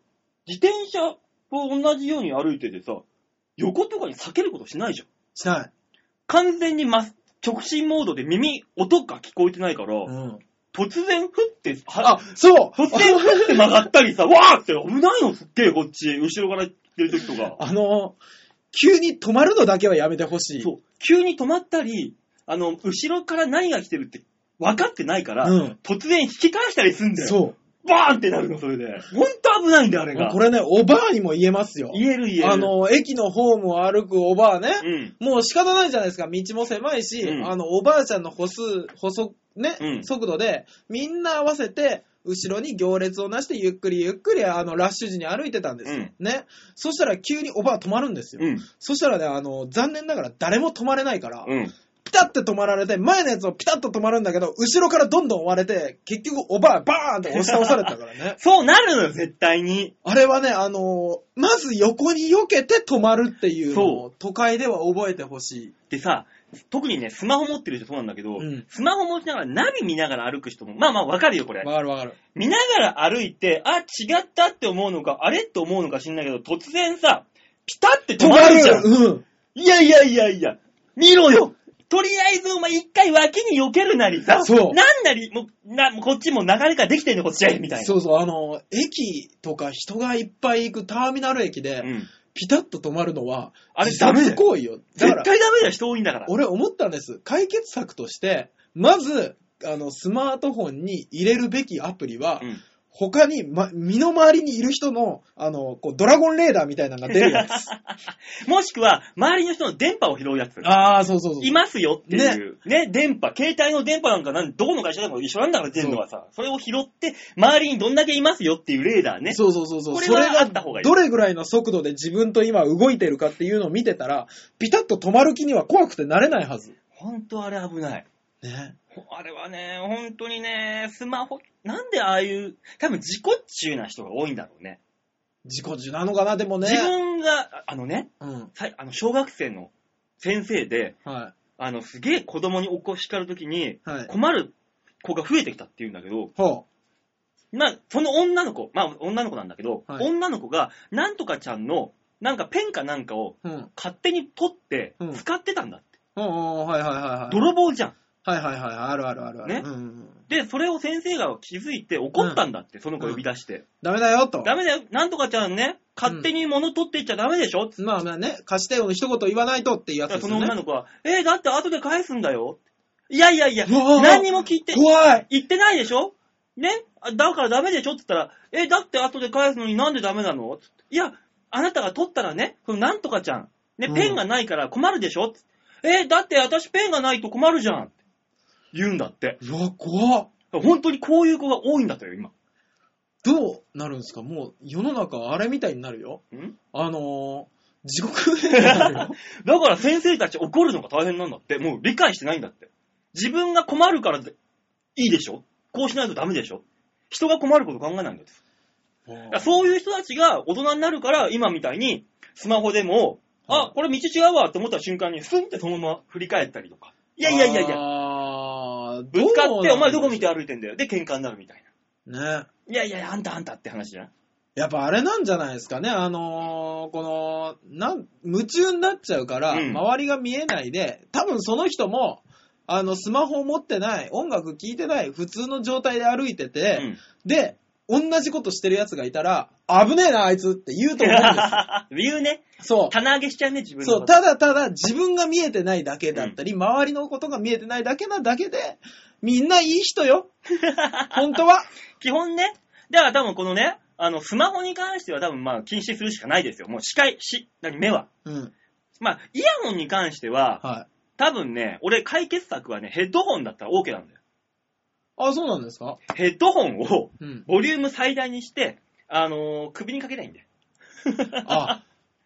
Speaker 2: 自転車と同じように歩いててさ、横とかに避けることしないじゃん。
Speaker 3: い。しない。
Speaker 2: 完全にま、直進モードで耳、音が聞こえてないから、
Speaker 3: うん。
Speaker 2: 突然、ふって、は
Speaker 3: あ、そう
Speaker 2: 突然、ふって曲がったり さ、わーって危ないのすっげえ、こっち。後ろから来てる時とか。
Speaker 3: あの、急に止まるのだけはやめてほしい。
Speaker 2: そう。急に止まったり、あの、後ろから何が来てるって分かってないから、
Speaker 3: うん
Speaker 2: 突然引き返したりすんだよ。
Speaker 3: そう。
Speaker 2: バーンってなるの、それで。ほんと危ないんだよ、あれが。
Speaker 3: これね、おばあにも言えますよ。
Speaker 2: 言える言える。
Speaker 3: あ、の、駅のホームを歩くおばあね。
Speaker 2: うん。
Speaker 3: もう仕方ないじゃないですか。道も狭いし、
Speaker 2: うん
Speaker 3: あの、おばあちゃんの歩数、歩速、ね、
Speaker 2: うん
Speaker 3: 速度で、みんな合わせて、後ろに行列をなして、ゆっくりゆっくり、あの、ラッシュ時に歩いてたんですよ。
Speaker 2: うん
Speaker 3: ね。そしたら急におばあ止まるんですよ。
Speaker 2: うん。
Speaker 3: そしたらね、あの、残念ながら誰も止まれないから、
Speaker 2: うん。。
Speaker 3: ピタって止まられて、前のやつをピタッと止まるんだけど、後ろからどんどん追われて、結局おばあバーンって押し倒されたからね
Speaker 2: そうなるのよ、絶対に。
Speaker 3: あれはね、あのまず横に避けて止まるっていうの
Speaker 2: そ
Speaker 3: を、都会では覚えてほしい。
Speaker 2: でさ、特にね、スマホ持ってる人そうなんだけど、
Speaker 3: うん
Speaker 2: スマホ持ちながらナビ見ながら歩く人も、まあまあわかるよ、これ。
Speaker 3: わかるわかる。
Speaker 2: 見ながら歩いて、あ、違ったって思うのか、あれって思うのか知んないけど、突然さ、ピタって止まるじゃん。
Speaker 3: うん。
Speaker 2: いやいやいやいや、見ろよとりあえずお前一回脇に避けるなりさ、
Speaker 3: そう
Speaker 2: なんなり、もう、な、もうこっちも流れができてんの、こっちへ、みたいな。
Speaker 3: そうそう、あの、駅とか人がいっぱい行くターミナル駅で、
Speaker 2: うん。
Speaker 3: ピタッと止まるのは、
Speaker 2: あれダメだよ
Speaker 3: 自殺行為よ。だか
Speaker 2: 絶
Speaker 3: ら、
Speaker 2: 対ダメだよ、人多いんだから。
Speaker 3: 俺思ったんです。解決策として、まず、あの、スマートフォンに入れるべきアプリは、
Speaker 2: うん
Speaker 3: 他に、ま、身の回りにいる人の、あの、こう、ドラゴンレーダーみたいなのが出る やつ。
Speaker 2: もしくは、周りの人の電波を拾うやつ。
Speaker 3: ああ、そうそうそう。
Speaker 2: いますよっていう。ね電波。携帯の電波なんかなん、どこの会社でも一緒なんだから出るのはさ、それを拾って、周りにどんだけいますよっていうレーダーね。
Speaker 3: そうそうそうそう。
Speaker 2: これ
Speaker 3: そ
Speaker 2: は
Speaker 3: れ
Speaker 2: あ
Speaker 3: が
Speaker 2: った方がいい
Speaker 3: どれぐらいの速度で自分と今動いてるかっていうのを見てたら、ピタッと止まる気には怖くてなれないはず。
Speaker 2: ほんとあれ危ない。
Speaker 3: ね。
Speaker 2: ほあれはね、本当にね、スマホ、なんでああいう、多分自己中な人が多いんだろうね。
Speaker 3: 自己中なのかな、でもね。
Speaker 2: 自分が、ああのね、
Speaker 3: うん。
Speaker 2: さいあの小学生の先生で、
Speaker 3: は
Speaker 2: あの、すげえ子供におこ叱るときに、
Speaker 3: い。はい。
Speaker 2: 困る子が増えてきたっていうんだけど、
Speaker 3: ほ
Speaker 2: まあ、その女の子、まあ、女の子なんだけど、
Speaker 3: はい
Speaker 2: 女の子が、なんとかちゃんの、なんかペンかなんかを
Speaker 3: う。うん。
Speaker 2: 勝手に取って
Speaker 3: う、ん
Speaker 2: 使ってたんだって。
Speaker 3: うんうん、はいはいはいはい。
Speaker 2: 泥棒じゃん。
Speaker 3: はいはいはい。あるあるあるある。
Speaker 2: ね
Speaker 3: うんうん。
Speaker 2: で、それを先生が気づいて怒ったんだって、その子呼び出して。
Speaker 3: ダメだよ、と。
Speaker 2: ダメだよ、なんとかちゃんね、勝手に物取ってっちゃダメでしょ、
Speaker 3: まあまあね、貸してよ、一言言わないとっていうやつ
Speaker 2: だからそ
Speaker 3: です
Speaker 2: の
Speaker 3: よね。
Speaker 2: 女の子は、えー、だって後で返すんだよ。いやいやいや、
Speaker 3: うわー
Speaker 2: 何も聞いて、
Speaker 3: 怖い
Speaker 2: 言ってないでしょねあだからダメでしょって言ったら、えー、だって後で返すのになんでダメなのつっていや、あなたが取ったらね、そのなんとかちゃん、ね、
Speaker 3: うん
Speaker 2: ペンがないから困るでしょ、えーだって私ペンがないと困るじゃんって言うんだって。
Speaker 3: うわ、怖っ。
Speaker 2: 本当にこういう子が多いんだとよ、今。
Speaker 3: どうなるんですかもう世の中あれみたいになるよ。
Speaker 2: ん
Speaker 3: あのー、地 獄になるよ。
Speaker 2: だから先生たち怒るのが大変なんだって。もう理解してないんだって。自分が困るからでいいでしょこうしないとダメでしょ人が困ること考えないんだって。だからそういう人たちが大人になるから、今みたいにスマホでも、
Speaker 3: はい
Speaker 2: あ、これ道違うわって思った瞬間に、スンってそのまま振り返ったりとか。いやいやいや いや、
Speaker 3: や。
Speaker 2: ぶつか
Speaker 3: どうな
Speaker 2: っ
Speaker 3: ん
Speaker 2: て、
Speaker 3: でしょう
Speaker 2: お前どこ見て歩いてんだよ。で、喧嘩になるみたいな。
Speaker 3: ね。
Speaker 2: いやいやいや、あんたあんたって話じゃない
Speaker 3: やっぱあれなんじゃないですかね。あのー、この、なん、夢中になっちゃうから、
Speaker 2: うん
Speaker 3: 周りが見えないで、多分その人も、あの、スマホを持ってない、音楽聴いてない、普通の状態で歩いてて、
Speaker 2: うん
Speaker 3: で、同じことしてる奴がいたら、危ねえな、あいつって言うと思うんで
Speaker 2: 言うね。
Speaker 3: す。そう。
Speaker 2: 棚上げしちゃうね、自分の。
Speaker 3: そう、ただただ自分が見えてないだけだったり、周りのことが見えてないだけなだけで、みんないい人 よ。本当は。
Speaker 2: 基本ね。だから多分このね、あの、スマホに関しては多分まあ禁止するしかないですよ。もう視界、し、何、目は。
Speaker 3: うん。
Speaker 2: まあ、イヤホンに関しては、
Speaker 3: はい。
Speaker 2: 多分ね、俺解決策はね、ヘッドホンだったら OK なんだよ。
Speaker 3: あ、そうなんですか
Speaker 2: ヘッドホンを、
Speaker 3: うん。
Speaker 2: ボリューム最大にして、あのー首にかけないんで。
Speaker 3: あ、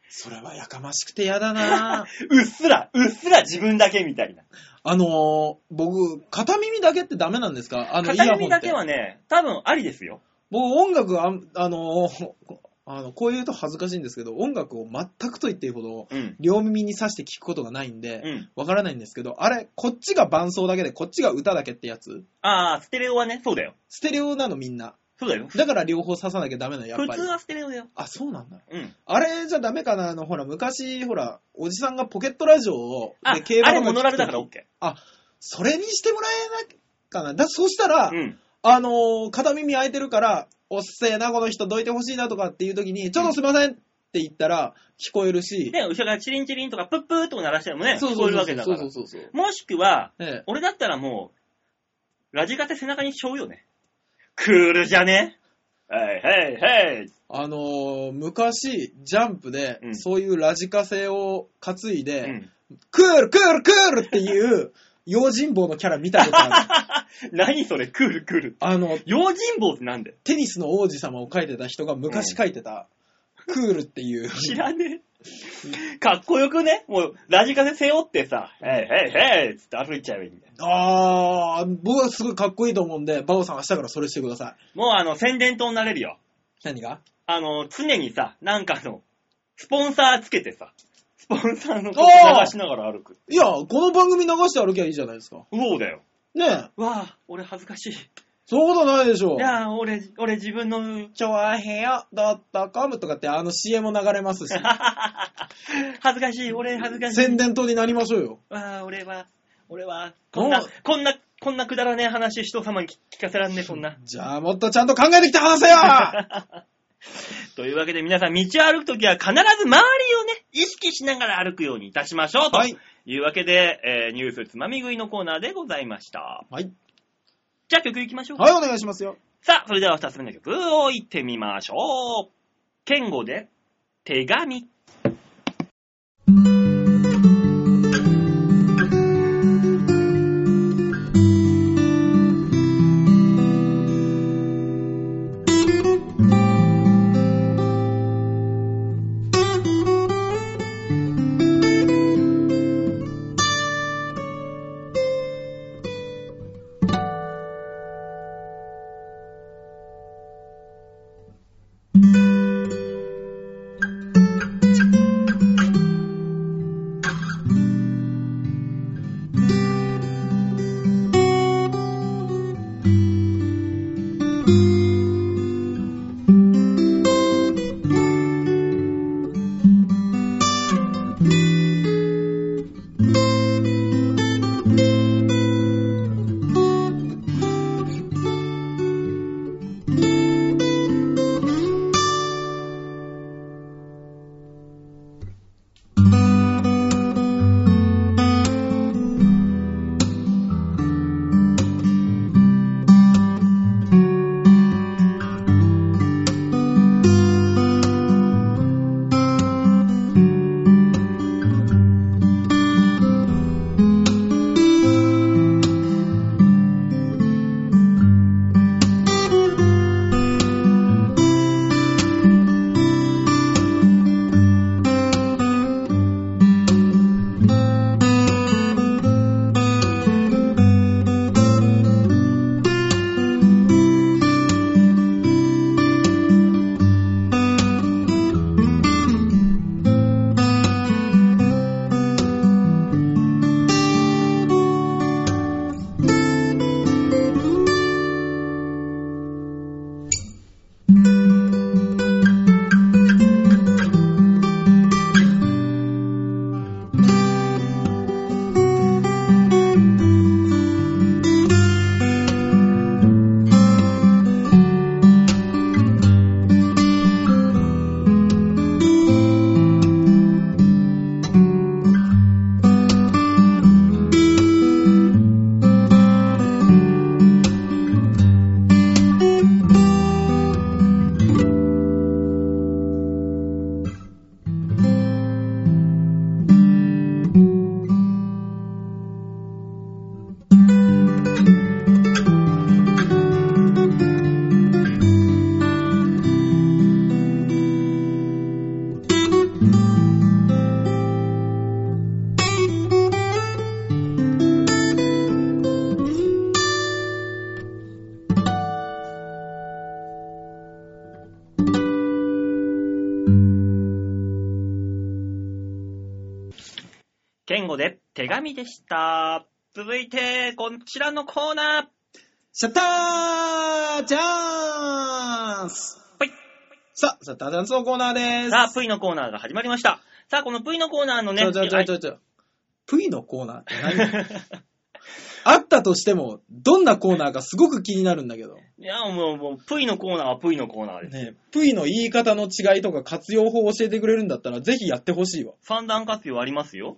Speaker 3: それはやかましくてやだな
Speaker 2: うっすら、うっすら自分だけみたいな。
Speaker 3: あのー、僕、片耳だけってダメなんですかあの、イヤ
Speaker 2: 片
Speaker 3: ホン
Speaker 2: 耳
Speaker 3: っ
Speaker 2: だ
Speaker 3: て
Speaker 2: け。はね、多分ありですよ。
Speaker 3: 僕、音楽あん、あのー、 あの、こう言うと恥ずかしいんですけど、音楽を全くと言っていいほど、
Speaker 2: うん。
Speaker 3: 両耳に刺して聞くことがないんで、
Speaker 2: うん。
Speaker 3: わからないんですけど、あれ、こっちが伴奏だけで、こっちが歌だけってやつ
Speaker 2: ああ、ステレオはね、そうだよ。
Speaker 3: ステレオなのみんな。
Speaker 2: そうだよ。
Speaker 3: だから両方刺さなきゃダメなの、やっ
Speaker 2: 普
Speaker 3: ぱり
Speaker 2: 通。はステレオだよ。
Speaker 3: あ、そうなんだ。
Speaker 2: うん。
Speaker 3: あれじゃダメかなあの、ほら、昔、ほら、おじさんがポケットラジオを、
Speaker 2: あ、
Speaker 3: で競馬
Speaker 2: あれ
Speaker 3: とか聞く
Speaker 2: モノラルだから
Speaker 3: 時
Speaker 2: OK。
Speaker 3: それにしてもらえないかなだ、そうしたら、
Speaker 2: うん。
Speaker 3: あのー片耳開いてるから、おっせえな、この人、どいてほしいなとかっていう時に、ちょっとすいませんって言ったら、聞こえるし、
Speaker 2: で、後ろからチリンチリンとかプップーとか鳴らしてもね、
Speaker 3: そう
Speaker 2: 聞
Speaker 3: そ
Speaker 2: こえる
Speaker 3: うそ
Speaker 2: わ
Speaker 3: うそ
Speaker 2: け
Speaker 3: う
Speaker 2: だ
Speaker 3: そ
Speaker 2: か
Speaker 3: うそ
Speaker 2: ら
Speaker 3: う。そうそう。
Speaker 2: もしくは、
Speaker 3: ええ
Speaker 2: 俺だったらもう、ラジカセ背中にしちゃうよね。クールじゃねはいはいはい。
Speaker 3: あのー昔、ジャンプで、
Speaker 2: うん
Speaker 3: そういうラジカセを担いで、
Speaker 2: うん
Speaker 3: クール、クール、クールっていう、用心棒のキャラ見たことあ る。
Speaker 2: 何それ、クールクール。
Speaker 3: あの、
Speaker 2: 用心棒ってなんだよ。
Speaker 3: テニスの王子様を描いてた人が昔描いてた、クールっていう。
Speaker 2: 知らねえ。かっこよくね、もう、ラジカセ背負ってさ、へいへいへいつって歩いちゃえばいいんだよ。
Speaker 3: あー、僕はすごいかっこいいと思うんで、バオさん明日からそれしてください。
Speaker 2: もうあの、宣伝塔になれるよ。
Speaker 3: 何が
Speaker 2: あの、常にさ、なんかあの、スポンサーつけてさ、スポンサーの
Speaker 3: お
Speaker 2: 曲
Speaker 3: ー
Speaker 2: 流しながら歩く。
Speaker 3: いや、この番組流して歩きゃいいじゃないですか。
Speaker 2: うおうだよ。
Speaker 3: ねえ、
Speaker 2: わあ、俺恥ずかしい。い
Speaker 3: そういうことないでしょ。
Speaker 2: やあ、俺、俺自分の
Speaker 3: ちょわへや .com とかってあの CM も流れ ますし、
Speaker 2: 恥ずかしい、俺恥ずかしい。
Speaker 3: 宣伝塔になりましょうよ。
Speaker 2: わあ、俺は、俺は、こんな
Speaker 3: おう、
Speaker 2: こんな、こんなくだらねえ話、人様に聞聞かせらんねえ、そんな。
Speaker 3: じゃあもっとちゃんと考えてきて話せ よ
Speaker 2: というわけで皆さん、道を歩くときは必ず周りをね、意識しながら歩くようにいたしましょう。と
Speaker 3: はい。
Speaker 2: いうわけで、えーニュースつまみ食いのコーナーでございました。
Speaker 3: はい。
Speaker 2: じゃあ曲いきましょうか。
Speaker 3: はい、お願いしますよ。
Speaker 2: さあ、それでは二つ目の曲をいってみましょう。ケンゴで、手紙。
Speaker 1: 手
Speaker 2: 語で手紙でした。続いて、こちらのコーナー。
Speaker 3: シャッターチャンス
Speaker 2: ぽい
Speaker 3: さあ、シャッターチャンスのコーナーです。
Speaker 2: さあ、V のコーナーが始まりました。さあ、この V のコーナーのね、
Speaker 3: ちょちょちょちょちょ。プイのコーナーって何 あったとしても、どんなコーナーかすごく気になるんだけど。
Speaker 2: いや、もう、もう、プイのコーナーはプイのコーナーです。
Speaker 3: ねえプイの言い方の違いとか活用法を教えてくれるんだったら、ぜひやってほしいわ。
Speaker 2: 三段活用ありますよ。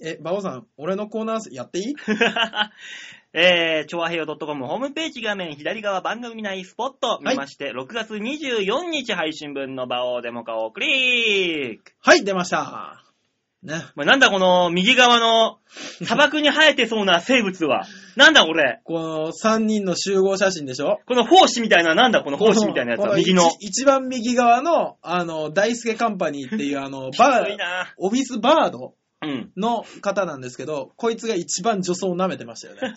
Speaker 3: え、バオさん、俺のコーナー やっていい
Speaker 2: えー、調和平洋 .com ホームページ画面左側番組内スポット見まして、6月24日配信分の場をデモ化をクリック。
Speaker 3: はい、出ました。ね。
Speaker 2: まあなんだこの右側の砂漠に生えてそうな生物は。 なんだこれ。
Speaker 3: この3人の集合写真でしょ
Speaker 2: この胞子みたいな、なんだこの胞子みたいなやつ
Speaker 3: こ
Speaker 2: は、右の。
Speaker 3: 一一番右側の、あの、大輔カンパニーっていう、あの、バ
Speaker 2: きつい
Speaker 3: ー、
Speaker 2: な。
Speaker 3: オフィスバード
Speaker 2: うん。
Speaker 3: の方なんですけど、こいつが一番女装を舐めてましたよね。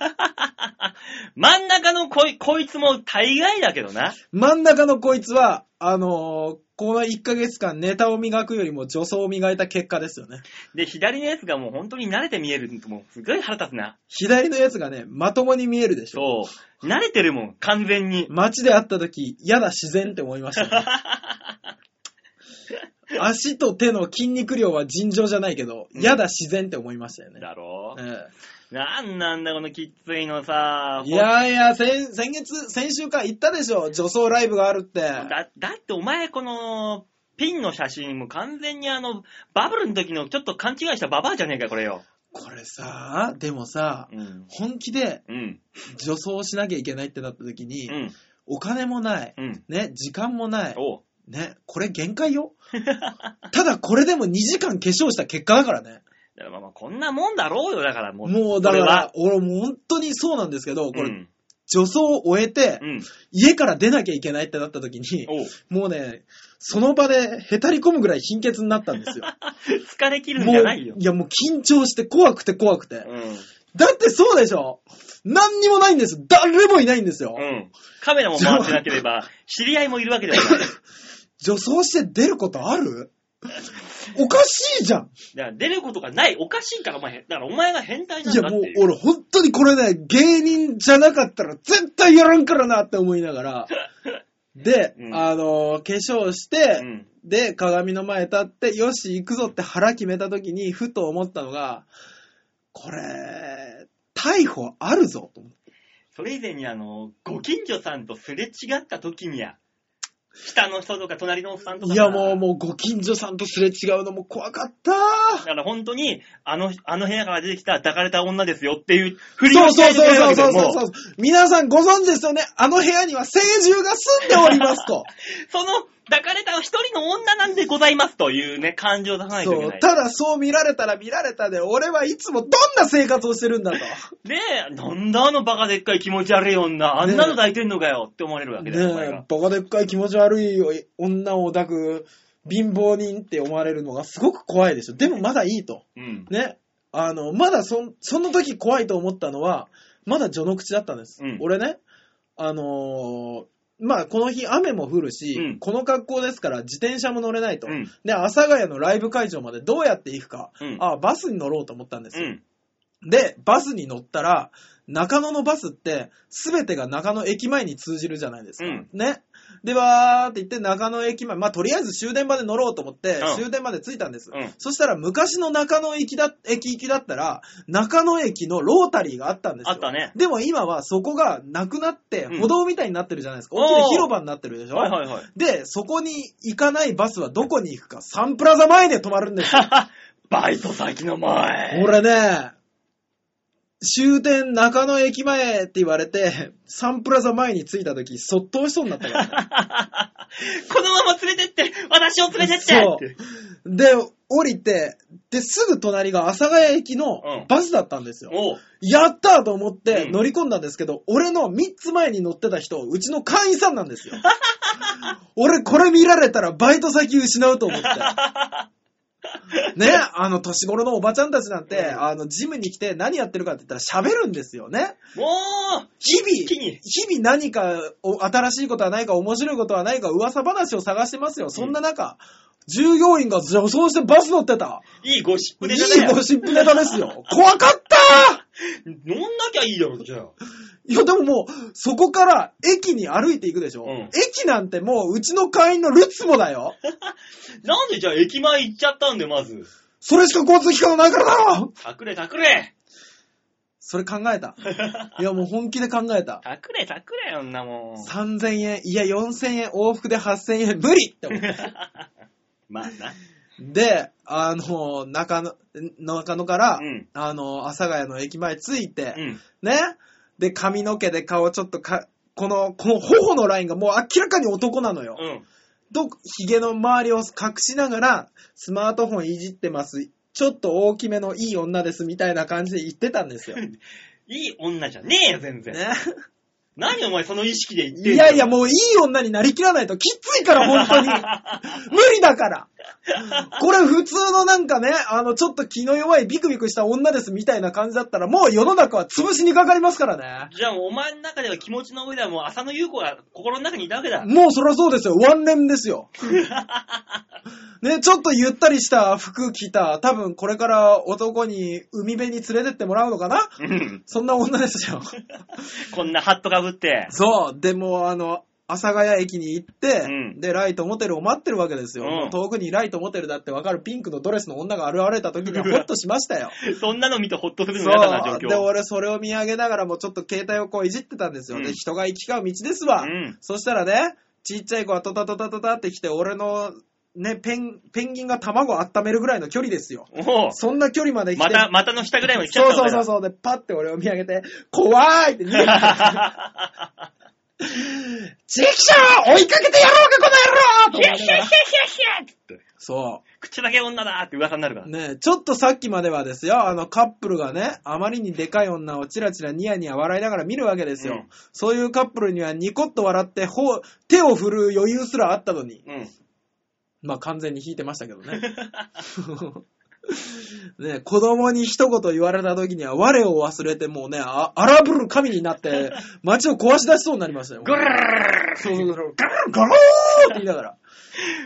Speaker 2: 真ん中のこい、こいつも大概だけどな。
Speaker 3: 真ん中のこいつは、あのーこの1ヶ月間ネタを磨くよりも女装を磨いた結果ですよね。
Speaker 2: で、左のやつがもう本当に慣れて見えるのもうすごい腹立つな。
Speaker 3: 左のやつがね、まともに見えるでしょ。
Speaker 2: そう。慣れてるもん、完全に。
Speaker 3: 街で会った時、嫌だ自然って思いまし たね。足と手の筋肉量は尋常じゃないけど、
Speaker 2: うん
Speaker 3: 嫌だ自然って思いましたよね。
Speaker 2: だろ
Speaker 3: ええ
Speaker 2: なんなんだこのきっついのさ。
Speaker 3: いやいや、先先月、先週か言ったでしょ、女装ライブがあるって。
Speaker 2: だ、だってお前この、ピンの写真も完全にあの、バブルの時のちょっと勘違いしたババアじゃねえかよ、これよ。
Speaker 3: これさ、でもさ、
Speaker 2: うん。
Speaker 3: 本気で
Speaker 2: うん。
Speaker 3: 女装しなきゃいけないってなった時に、
Speaker 2: うん。
Speaker 3: お金もない、
Speaker 2: うん。
Speaker 3: ね、時間もない、
Speaker 2: おう
Speaker 3: ね、これ限 界よ。ただこれでも2時間化粧した結果だからね。
Speaker 2: だからまあまあこんなもんだろうよ、だからもう。
Speaker 3: もうだ
Speaker 2: こ
Speaker 3: か
Speaker 2: れは
Speaker 3: ら、俺もう本当にそうなんですけど、こ
Speaker 2: う
Speaker 3: れ、
Speaker 2: ん。
Speaker 3: 女装を終えて、
Speaker 2: うん。
Speaker 3: 家から出なきゃいけないってなった時に、
Speaker 2: おう
Speaker 3: もうね、その場でへたり込むぐらい貧血になったんですよ。
Speaker 2: 疲れ切るん
Speaker 3: も
Speaker 2: じ
Speaker 3: う
Speaker 2: ゃないよ。
Speaker 3: や、もう緊張して怖くて怖くて。
Speaker 2: うん。
Speaker 3: だってそうでしょ何にもないんです。誰もいないんですよ。
Speaker 2: うん。カメラも回ってなければ、知り合いもいるわけでは ない。
Speaker 3: 女装して出ることあるおかしいじゃん。
Speaker 2: だから出ることがない、おかしいからお前、だからお前が変態なん
Speaker 3: いや
Speaker 2: だって
Speaker 3: もう
Speaker 2: いう。
Speaker 3: 俺本当にこれね、芸人じゃなかったら絶対やらんからなって思いな がら。で、
Speaker 2: うん
Speaker 3: あのー化粧し
Speaker 2: う
Speaker 3: て、
Speaker 2: ん。
Speaker 3: で、鏡の前立って、よし、行くぞって腹決めた時に、ふと思ったのが、これ、逮捕あるぞ、と思って
Speaker 2: それ以前にあの、ご近所さんとすれ違った時にや、下の人とか隣のおっさんとか。
Speaker 3: いやもう、もうご近所さんとすれ違うのも怖かった
Speaker 2: だから本当に、あの、あの部屋から出てきた抱かれた女ですよっていう振り
Speaker 3: そ
Speaker 2: を
Speaker 3: う
Speaker 2: して
Speaker 3: そう
Speaker 2: あげてく
Speaker 3: そう
Speaker 2: れるわけでも
Speaker 3: そうそうそう
Speaker 2: う、
Speaker 3: そう。皆さんご存知ですよね。あの部屋には聖獣が住んでおりますと。
Speaker 2: その抱かれた一人の女なんでございますというね、感情を出さないとい
Speaker 3: そ
Speaker 2: けな
Speaker 3: う。
Speaker 2: い。
Speaker 3: ただそう見られたら見られたで、俺はいつもどんな生活をしてるんだと。
Speaker 2: ねえ、なんだあのバカでっかい気持ち悪い女、あんなの抱いてんのかよって思われるわけ
Speaker 3: ね
Speaker 2: だよ、お前が
Speaker 3: え、。バカでっかい気持ち悪い女を抱く貧乏人って思われるのがすごく怖いでしょ。でもまだいいと。
Speaker 2: うん。
Speaker 3: ね。あの、まだそん、その時怖いと思ったのは、まだ序の口だったんです。
Speaker 2: うん
Speaker 3: 俺ね、あのーまあ、この日雨も降るし、
Speaker 2: うん
Speaker 3: この格好ですから自転車も乗れないと。
Speaker 2: うん。
Speaker 3: で、阿佐ヶ谷のライブ会場までどうやって行くか、
Speaker 2: うん
Speaker 3: あバスに乗ろうと思ったんです
Speaker 2: う
Speaker 3: よ。
Speaker 2: ん。
Speaker 3: で、バスに乗ったら、中野のバスって、すべてが中野駅前に通じるじゃないですか。
Speaker 2: うん
Speaker 3: ね。で、わーって言って、中野駅前、まあ、とりあえず終電まで乗ろうと思って、
Speaker 2: うん
Speaker 3: 終電まで着いたんです。
Speaker 2: うん
Speaker 3: そしたら、昔の中野駅だ、駅行きだったら、中野駅のロータリーがあったんですよ。
Speaker 2: あったね
Speaker 3: でも今は、そこがなくなって、
Speaker 2: うん
Speaker 3: 歩道みたいになってるじゃないですか。
Speaker 2: おー
Speaker 3: 大きな広場になってるでしょ。
Speaker 2: はいはいはい。
Speaker 3: で、そこに行かないバスはどこに行くか、サンプラザ前で止まるんですよ。
Speaker 2: バイト先の前。
Speaker 3: 俺ね、終点中野駅前って言われて、サンプラザ前に着いた時、そっと押しそうになったからね、
Speaker 2: このまま連れてって、私を連れてって
Speaker 3: そうで、降りて、で、すぐ隣が阿佐ヶ谷駅
Speaker 2: う
Speaker 3: の
Speaker 2: ん
Speaker 3: バスだったんですよ。
Speaker 2: おう
Speaker 3: やったーと思って
Speaker 2: うん
Speaker 3: 乗り込んだんですけど、俺の3つ前に乗ってた人、うちの会員さんなんですよ。 俺これ見られたらバイト先失うと思って。ね、あの、年頃のおばちゃんたちなんて、
Speaker 2: うん
Speaker 3: あの、ジムに来て何やってるかって言ったら喋るんですよね。
Speaker 2: もう
Speaker 3: 日々、
Speaker 2: 一気に
Speaker 3: 日々何かお新しいことはないか、面白いことはないか、噂話を探してますよ。そんな中、従業員が女装してバス乗ってた。
Speaker 2: いいゴシップ
Speaker 3: い
Speaker 2: ネタだ
Speaker 3: い
Speaker 2: よ。
Speaker 3: ゴシップネタです よ。怖かった
Speaker 2: 飲んなきゃいいだろ、じゃあ。
Speaker 3: いや、でももう、そこから駅に歩いていくでしょ、
Speaker 2: うん
Speaker 3: 駅なんてもう、うちの会員のルツボだよ。
Speaker 2: なんでじゃあ駅前行っちゃったんで、まず。
Speaker 3: それしか交通機関ないからだろ
Speaker 2: 隠れ隠れ
Speaker 3: それ考えた。いや、もう本気で考えた。
Speaker 2: 隠れ隠れ、女もん。
Speaker 3: 3000円、いや4000円、往復で8000円、無理って 思った。
Speaker 2: まあな。
Speaker 3: で、あの、中野、中野から、
Speaker 2: うん
Speaker 3: あの、阿佐ヶ谷の駅前着いて、
Speaker 2: うん。
Speaker 3: ね。で、髪の毛で顔ちょっとか、この、この頬のラインがもう明らかに男なのよ。
Speaker 2: うん。
Speaker 3: ど、髭の周りを隠しながら、スマートフォンいじってます。ちょっと大きめのいい女ですみたいな感じで言ってたんで すよ。ね。
Speaker 2: いい女じゃねえよ、全然。何お前その意識で言ってんの
Speaker 3: いやいや、もういい女になりきらないときついから、本当に。無理だから。これ普通のなんかね、あの、ちょっと気の弱いビクビクした女ですみたいな感じだったら、もう世の中は潰しにかかりますからね。
Speaker 2: じゃあ、お前の中では気持ちの上ではもう浅野優子が心の中にいたわけだ。
Speaker 3: もうそりゃそうですよ。ワンレンですよ。ね、ちょっとゆったりした服着た、多分これから男に海辺に連れてってもらうのかな
Speaker 2: うん。
Speaker 3: そんな女です よ。
Speaker 2: こんなハットかぶって。
Speaker 3: そう。でも、あの、阿佐ヶ谷駅に行って、
Speaker 2: うん
Speaker 3: で、ライトモテルを待ってるわけですよ。
Speaker 2: うん
Speaker 3: もう遠くにライトモテルだってわかるピンクのドレスの女が現れた時にはホッとしました よ。
Speaker 2: そんなの見てほっとするの嫌だな、
Speaker 3: そう。
Speaker 2: 状
Speaker 3: で、
Speaker 2: 況。
Speaker 3: 俺それを見上げながらもちょっと携帯をこういじってたんですよ。
Speaker 2: う
Speaker 3: で、
Speaker 2: ん
Speaker 3: 人が行き交う道ですわ。
Speaker 2: うん
Speaker 3: そしたらね、ちっちゃい子はトタトタトタって来て、俺の、ね、ペン、ペンギンが卵温めるぐらいの距離ですよ。
Speaker 2: おう
Speaker 3: そんな距離まで来て、
Speaker 2: また、またの下ぐらいまで来ちゃっ
Speaker 3: そう
Speaker 2: た
Speaker 3: そ
Speaker 2: わ
Speaker 3: う
Speaker 2: け
Speaker 3: そ
Speaker 2: だ
Speaker 3: うそう。で、パッて俺を見上げて、怖ーいって逃げてた。チキシャー追いかけてやろうか、この野郎と
Speaker 2: ヒャッヒ
Speaker 3: 思
Speaker 2: ャッ
Speaker 3: い
Speaker 2: ヒャッ
Speaker 3: な
Speaker 2: ヒャッヒャ
Speaker 3: がら。
Speaker 2: ッって。
Speaker 3: そ
Speaker 2: 口だけ女だって噂になるから
Speaker 3: う。。ねえちょっとさっきまではですよ、あのカップルがね、あまりにでかい女をチラチラニヤニヤ笑いながら見るわけですよ。
Speaker 2: うん
Speaker 3: そういうカップルにはニコッと笑って、ほう手を振る余裕すらあったのに。
Speaker 2: うん。
Speaker 3: まあ完全に引いてましたけどね。 ねえ子供に一言言われた時には我を忘れてもうね、あ荒ぶる神になって街を壊し出しそうになりましたよ。
Speaker 2: ぐるー
Speaker 3: そうそうそう。ガロガローって言いながら。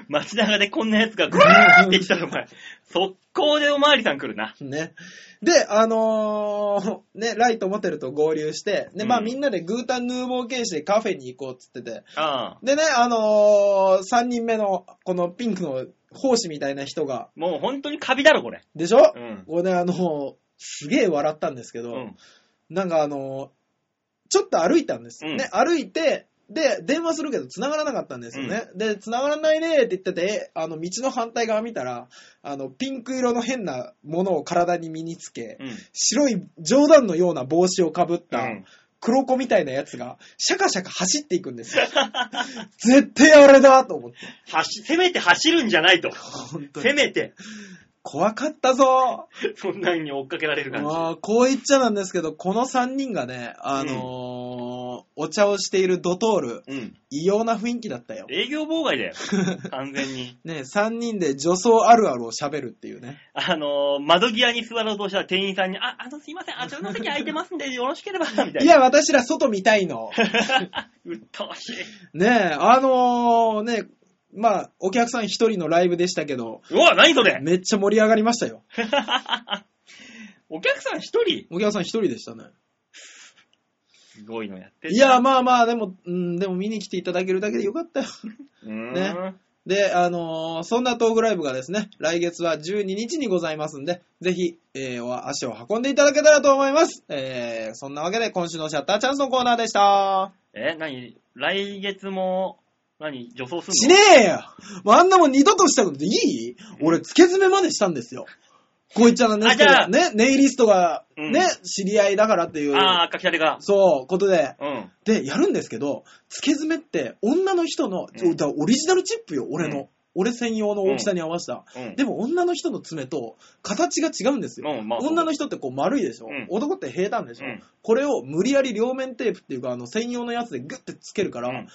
Speaker 2: 街中でこんな奴がぐーって来たらお前、速攻でおまわりさん来るな。
Speaker 3: ね。で、あのーね、ライトモテルと合流して、で、まあ
Speaker 2: うん
Speaker 3: みんなでグータンヌーボー形式でカフェに行こうっつってて。
Speaker 2: ああ。
Speaker 3: でね、あのー、3人目のこのピンクの奉仕みたいな人が、
Speaker 2: もう本当にカビだろ、これ。
Speaker 3: でしょ、
Speaker 2: うん。
Speaker 3: これね、あのーすげえ笑ったんですけ
Speaker 2: う
Speaker 3: ど、
Speaker 2: ん。
Speaker 3: なんかあのーちょっと歩いたんですよね。歩いて、で、電話するけど繋がらなかったんですよね。で、繋がらないねって言ってて、あの、道の反対側見たら、あの、ピンク色の変なものを体に身につけ、
Speaker 2: うん。
Speaker 3: 白い冗談のような帽子をかぶっ
Speaker 2: う
Speaker 3: た
Speaker 2: ん
Speaker 3: 黒子みたいなやつが、シャカシャカ走っていくん ですよ。絶対あれだと思って。
Speaker 2: 走、せめて走るんじゃないと。
Speaker 3: 本当
Speaker 2: せ
Speaker 3: に。
Speaker 2: めて、
Speaker 3: 怖かったぞ
Speaker 2: そんなに追っかけられる感じ。
Speaker 3: まあ、こう言っちゃなんですけど、この3人がね、あのーお茶をしているドトール、
Speaker 2: うん。
Speaker 3: 異様な雰囲気だったよ。
Speaker 2: 営業妨害だよ。完全に。
Speaker 3: ね、3人で女装あるあるを喋るっていうね。
Speaker 2: あのー、窓際に座ろうとしたら店員さんに、あ、あの、すいません、あちらの席空いてますんで、よろしければ、みたい
Speaker 3: い
Speaker 2: な。
Speaker 3: や、私ら外見たいの。
Speaker 2: うっとうしい。
Speaker 3: ねあのーね、まあ、お客さん1人のライブでしたけど、
Speaker 2: うわ、何それ
Speaker 3: めっちゃ盛り上がりましたよ。
Speaker 2: お客さん一人
Speaker 3: お客さん一人でしたね。
Speaker 2: すごいのやってる
Speaker 3: いや、、まあまあ、でも、うん、でも見に来ていただけるだけでよかったよ。
Speaker 2: うーん
Speaker 3: ねで、あのーそんなトークライブがですね、来月は12日にございますんで、ぜひ、えーお足を運んでいただけたらと思います。えーそんなわけで今週のシャッターチャンスのコーナーでした。
Speaker 2: え、何来月も、何女装すんの
Speaker 3: しねえよもうあんなもん二度としたことでいい俺、付け詰めまでしたんですよ。こう言っちゃなんですけ
Speaker 2: あじゃあ
Speaker 3: ど、ね、ネイリストが、
Speaker 2: うん
Speaker 3: ね、知り合いだからっていう、
Speaker 2: あー、書きたてが。
Speaker 3: そう、ことで、
Speaker 2: うん。
Speaker 3: で、やるんですけど、付け爪って女の人の、
Speaker 2: うん
Speaker 3: だオリジナルチップよ、俺の。
Speaker 2: うん
Speaker 3: 俺専用の大きさに合わせた。
Speaker 2: うん。
Speaker 3: でも女の人の爪と形が違うんですよ。
Speaker 2: うんまあ
Speaker 3: 女の人ってこう丸いでしょ、
Speaker 2: うん
Speaker 3: 男って平坦でしょ、
Speaker 2: うん
Speaker 3: これを無理やり両面テープっていうか、あの専用のやつでグッてつけるから、
Speaker 2: うん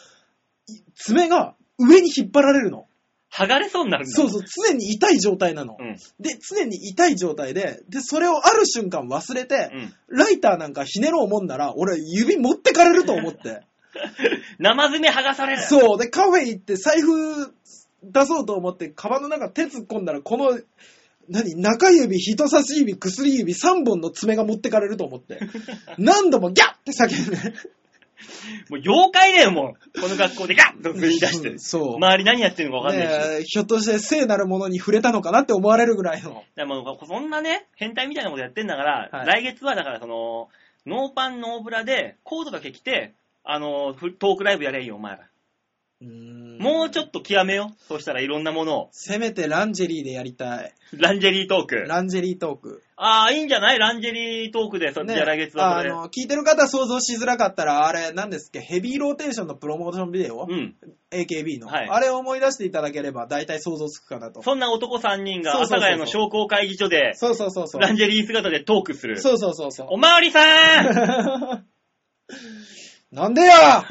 Speaker 3: 爪が上に引っ張られるの。
Speaker 2: 剥がれそうになるんだ。
Speaker 3: そうそう、常に痛い状態なの。
Speaker 2: うん。
Speaker 3: で、常に痛い状態で、で、それをある瞬間忘れて、
Speaker 2: うん。
Speaker 3: ライターなんかひねろうもんなら、俺指持ってかれると思って。
Speaker 2: 生爪剥がされる。
Speaker 3: そう。で、カフェ行って財布出そうと思って、カバンの中手突っ込んだら、この、何中指、人差し指、薬指、3本の爪が持ってかれると 思って。何度もギャッって叫んで。
Speaker 2: もう妖怪だよ、もう。この学校でガッと振り出し
Speaker 3: う
Speaker 2: て
Speaker 3: ん。そう。
Speaker 2: 周り何やってるのか分かんないし。だか
Speaker 3: ねえひょっとして聖なるものに触れたのかなって思われるぐらいの。
Speaker 2: らもうそんなね、変態みたいなことやってんだから、
Speaker 3: はい
Speaker 2: 来月はだからその、ノーパン、ノーブラで、コートだけ着て、あの、ふトークライブやれんよ、お前ら。もうちょ
Speaker 3: と。
Speaker 2: っと極めよ。そうしたらいろんなものを。
Speaker 3: せめてランジェリーでやりたい。
Speaker 2: ランジェリートーク。
Speaker 3: ランジェリートーク。
Speaker 2: ああ、いいんじゃないランジェリートークで、そじゃあ来月は
Speaker 3: あ
Speaker 2: それで。
Speaker 3: の、聞いてる方想像しづらかったら、あれ、何ですっけ、ヘビーローテーションのプロモーションビデ
Speaker 2: う
Speaker 3: オ、
Speaker 2: ん。
Speaker 3: AKB の、
Speaker 2: はい
Speaker 3: あれを思い出していただければ、大体想像つくかなと。
Speaker 2: そんな男3人が、阿
Speaker 3: そうそうそうそう
Speaker 2: 佐ヶ谷の商工会議所で、
Speaker 3: そうそうそうそう。
Speaker 2: ランジェリー姿でトークする。
Speaker 3: そうそうそうそ
Speaker 2: おまわりさーん
Speaker 3: う。なんでや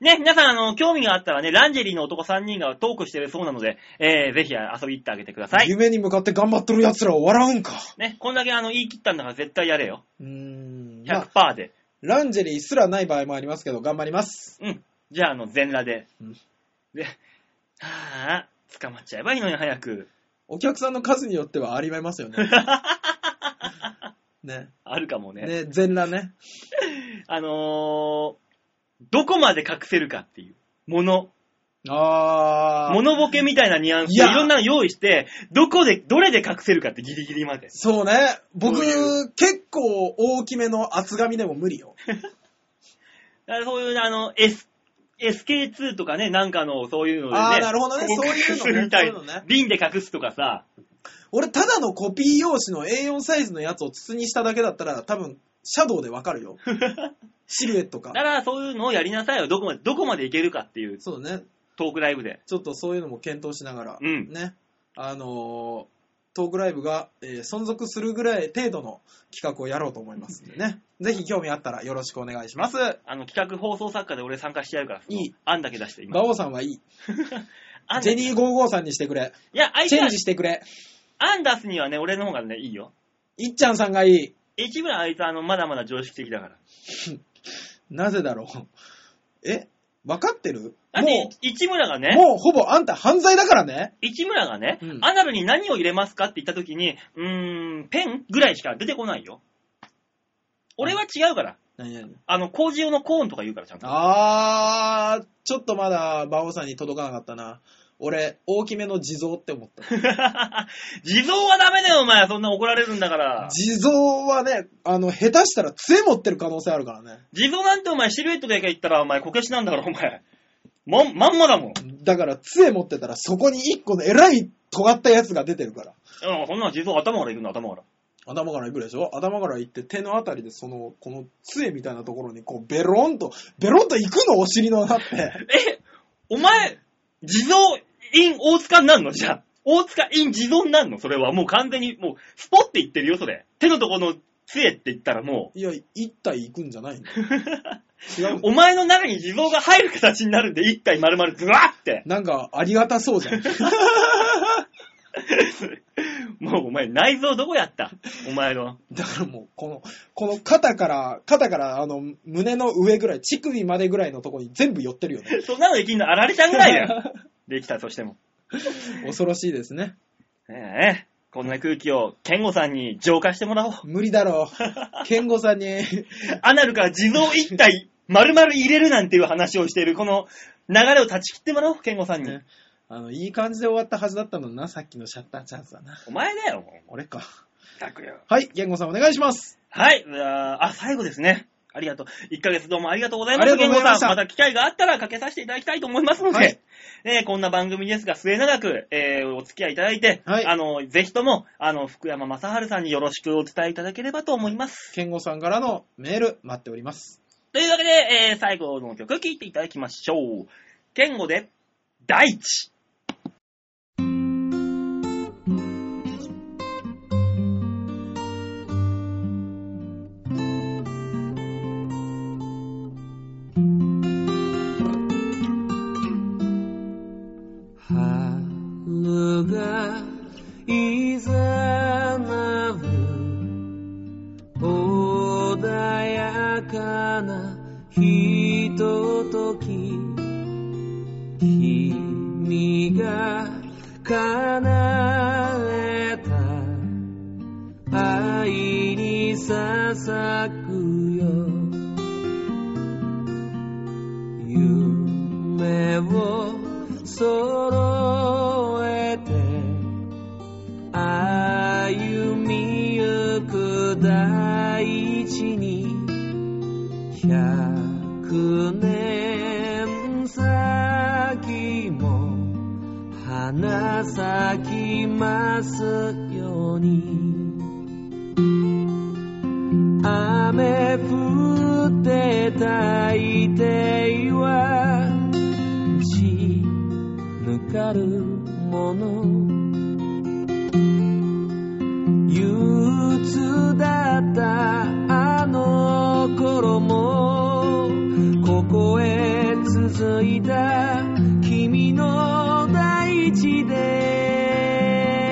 Speaker 2: ね、皆さん、あの、興味があったらね、ランジェリーの男3人がトークしてるそうなので、えー、ぜひ遊び行ってあげてください。
Speaker 3: 夢に向かって頑張っとる奴らを笑うんか。
Speaker 2: ね、こんだけあの、言い切ったんだから絶対やれよ。
Speaker 3: うーん。まあ、
Speaker 2: 100%で。
Speaker 3: ランジェリーすらない場合もありますけど、頑張ります。
Speaker 2: うん。じゃあ、あの、全裸で
Speaker 3: うん。
Speaker 2: で、はぁ、捕まっちゃえばいいのに早く。
Speaker 3: お客さんの数によってはありえますよ ね。ね。
Speaker 2: あるかもね。
Speaker 3: ね、全裸ね。
Speaker 2: あのー、どこまで隠せるかっていう。もの。
Speaker 3: あー。
Speaker 2: モノボケみたいなニュアンスで
Speaker 3: い
Speaker 2: い
Speaker 3: や
Speaker 2: ろんなの用意して、どこで、どれで隠せるかってギリギリまで。
Speaker 3: そうね。僕、
Speaker 2: そうい
Speaker 3: 結構大きめの厚紙でも無理よ。
Speaker 2: だからそういう、あの、S、SK2 とかね、なんかの、そういうのでね。
Speaker 3: あーなるほどね
Speaker 2: ここ
Speaker 3: そうい
Speaker 2: 隠す
Speaker 3: うのね
Speaker 2: みたい
Speaker 3: そういうのね
Speaker 2: 瓶で隠すとかさ。
Speaker 3: 俺、ただのコピー用紙の A4 サイズのやつを筒にしただけだったら、多分、シャドウでわかる よ。シルエットか
Speaker 2: だか。らそういうのをやりなさいよ。どこまで、どこまでいけるかっていう
Speaker 3: そうね。
Speaker 2: トークライブで。
Speaker 3: ちょっとそういうのも検討しながら、
Speaker 2: うん
Speaker 3: ね。あのートークライブが、えー存続するぐらい程度の企画をやろうと思いますんでね。ぜひ興味あったらよろしくお願いします。
Speaker 2: あの、企画放送作家で俺参加してやるから、その
Speaker 3: いい
Speaker 2: 案だけ出して、今
Speaker 3: 馬。王さんはいい。
Speaker 2: 案
Speaker 3: ジェ
Speaker 2: だ
Speaker 3: ニー55さんにしてくれ。
Speaker 2: いや、あいつ
Speaker 3: チェ
Speaker 2: ら
Speaker 3: ンジ、してくれ。
Speaker 2: 案出すにはね、俺の方がね、いいよ。
Speaker 3: いっちゃんさんがいい。
Speaker 2: 一部はあいつ、あの、まだまだ常識的だから。
Speaker 3: なぜだろう。え分かってる
Speaker 2: だって
Speaker 3: も
Speaker 2: 市村が
Speaker 3: う、
Speaker 2: ね、
Speaker 3: もうほぼあんた犯罪だからね。
Speaker 2: 市村がね、
Speaker 3: うん
Speaker 2: アナルに何を入れますかって言った時に、うーん、ペンぐらいしか出てこないよ。俺は違うから。
Speaker 3: 何何
Speaker 2: あの、工事用のコーンとか言うから、ちゃん と。
Speaker 3: あー、ちょっとまだ馬王さんに届かなかったな。俺、大きめの地蔵って思った。
Speaker 2: 地蔵はダメだよ、お前。そんな怒られるんだから。
Speaker 3: 地蔵はね、あの、下手したら杖持ってる可能性あるからね。
Speaker 2: 地蔵なんてお前、シルエットで言ったら、お前、こけしなんだから、お前。まん、まんまだもん。
Speaker 3: だから、杖持ってたらそこに一個の偉い尖ったやつが出てるから。
Speaker 2: うん、そんなの地蔵頭から行くの、頭から。
Speaker 3: 頭から行くでしょ頭から行って手のあたりでその、この杖みたいなところにこう、ベロンと、ベロンと行くのお尻のだって。
Speaker 2: え、お前、地蔵 in 大塚になんのじゃあ。大塚 in 地蔵になんのそれはもう完全に、もう、スポって言ってるよ、それ。手のとこの杖って言ったらも
Speaker 3: いや、一体行くんじゃ ないの違
Speaker 2: う
Speaker 3: う、の
Speaker 2: お前の中に地蔵が入る形になるんで、一体丸々ズワーって。
Speaker 3: なんか、ありがたそうじゃん。
Speaker 2: もうお前、内臓どこやったお前の。
Speaker 3: だからもう、この、この肩から、肩から、あの、胸の上ぐらい、乳首までぐらいのとこに全部寄ってるよね。
Speaker 2: そんなのできんの、あられちゃんぐらいだよ。できたとしても。
Speaker 3: 恐ろしいですね。
Speaker 2: ねえ、こんな空気を、ケンゴさんに浄化してもらおう。
Speaker 3: 無理だろう。 ケンゴさんに、
Speaker 2: アナルから地蔵一体、丸々入れるなんていう話をしている、この流れを断ち切ってもらおう、ケンゴさんに。
Speaker 3: ねあの、いい感じで終わったはずだったのにな、さっきのシャッターチャンスだな。
Speaker 2: お前だよ、も
Speaker 3: 俺か。
Speaker 2: う。たくよ。
Speaker 3: はい、ケンゴさんお願いします。
Speaker 2: はい、うわーあ、最後ですね。ありがとう。1ヶ月どうもありがとうございま
Speaker 3: あ
Speaker 2: した。
Speaker 3: りがとうござい
Speaker 2: 健
Speaker 3: ま
Speaker 2: 吾
Speaker 3: した
Speaker 2: さん、また機会があったらかけさせていただきたいと思いますので、
Speaker 3: はい
Speaker 2: えーこんな番組ですが、末永く、えーお付き合いいただいて、
Speaker 3: はい
Speaker 2: あの、ぜひとも、あの、福山雅治さんによろしくお伝えいただければと思います。
Speaker 3: ケンゴさんからのメール待っております。
Speaker 2: というわけで、えー最後の曲聴いていただきましょう。健吾で、大地。
Speaker 1: は人がいざなう穏やかなひととき君が叶えた愛に捧くよ夢を揃えて歩みゆく大地に百年先も花咲きますように雨降ってたいては血ぬかるもの憂鬱だったあの頃もここへ続いた君の大地で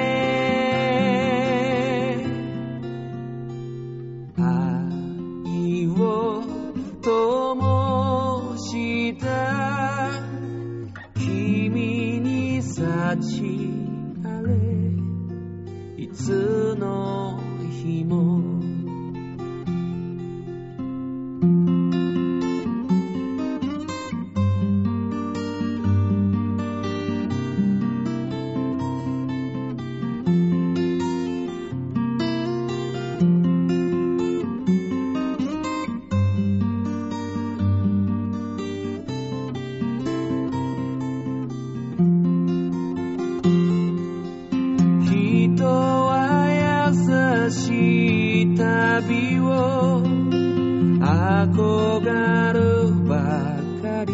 Speaker 1: 愛を灯した君に幸あれいつの日も人は優しい旅を憧るばかり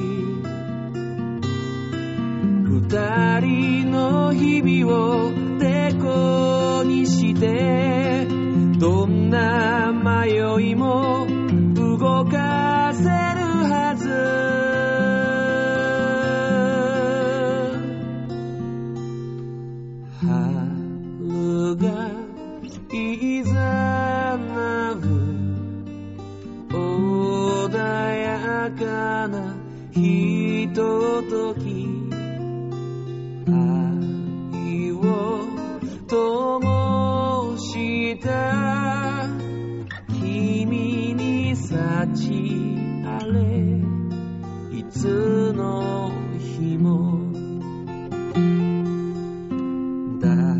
Speaker 1: 二人の日々をデコにしてどんな迷いも動かせるはず春がいざなう穏やかなひととき愛を灯した君に幸あれいつの日も抱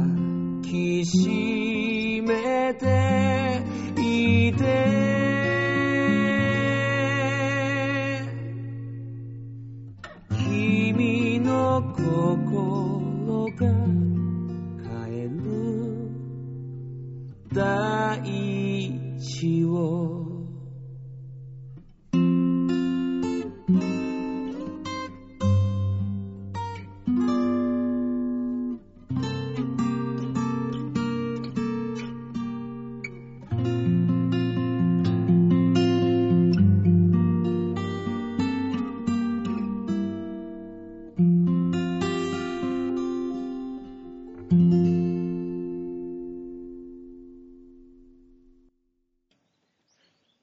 Speaker 1: きしめていて君の心が変える大地を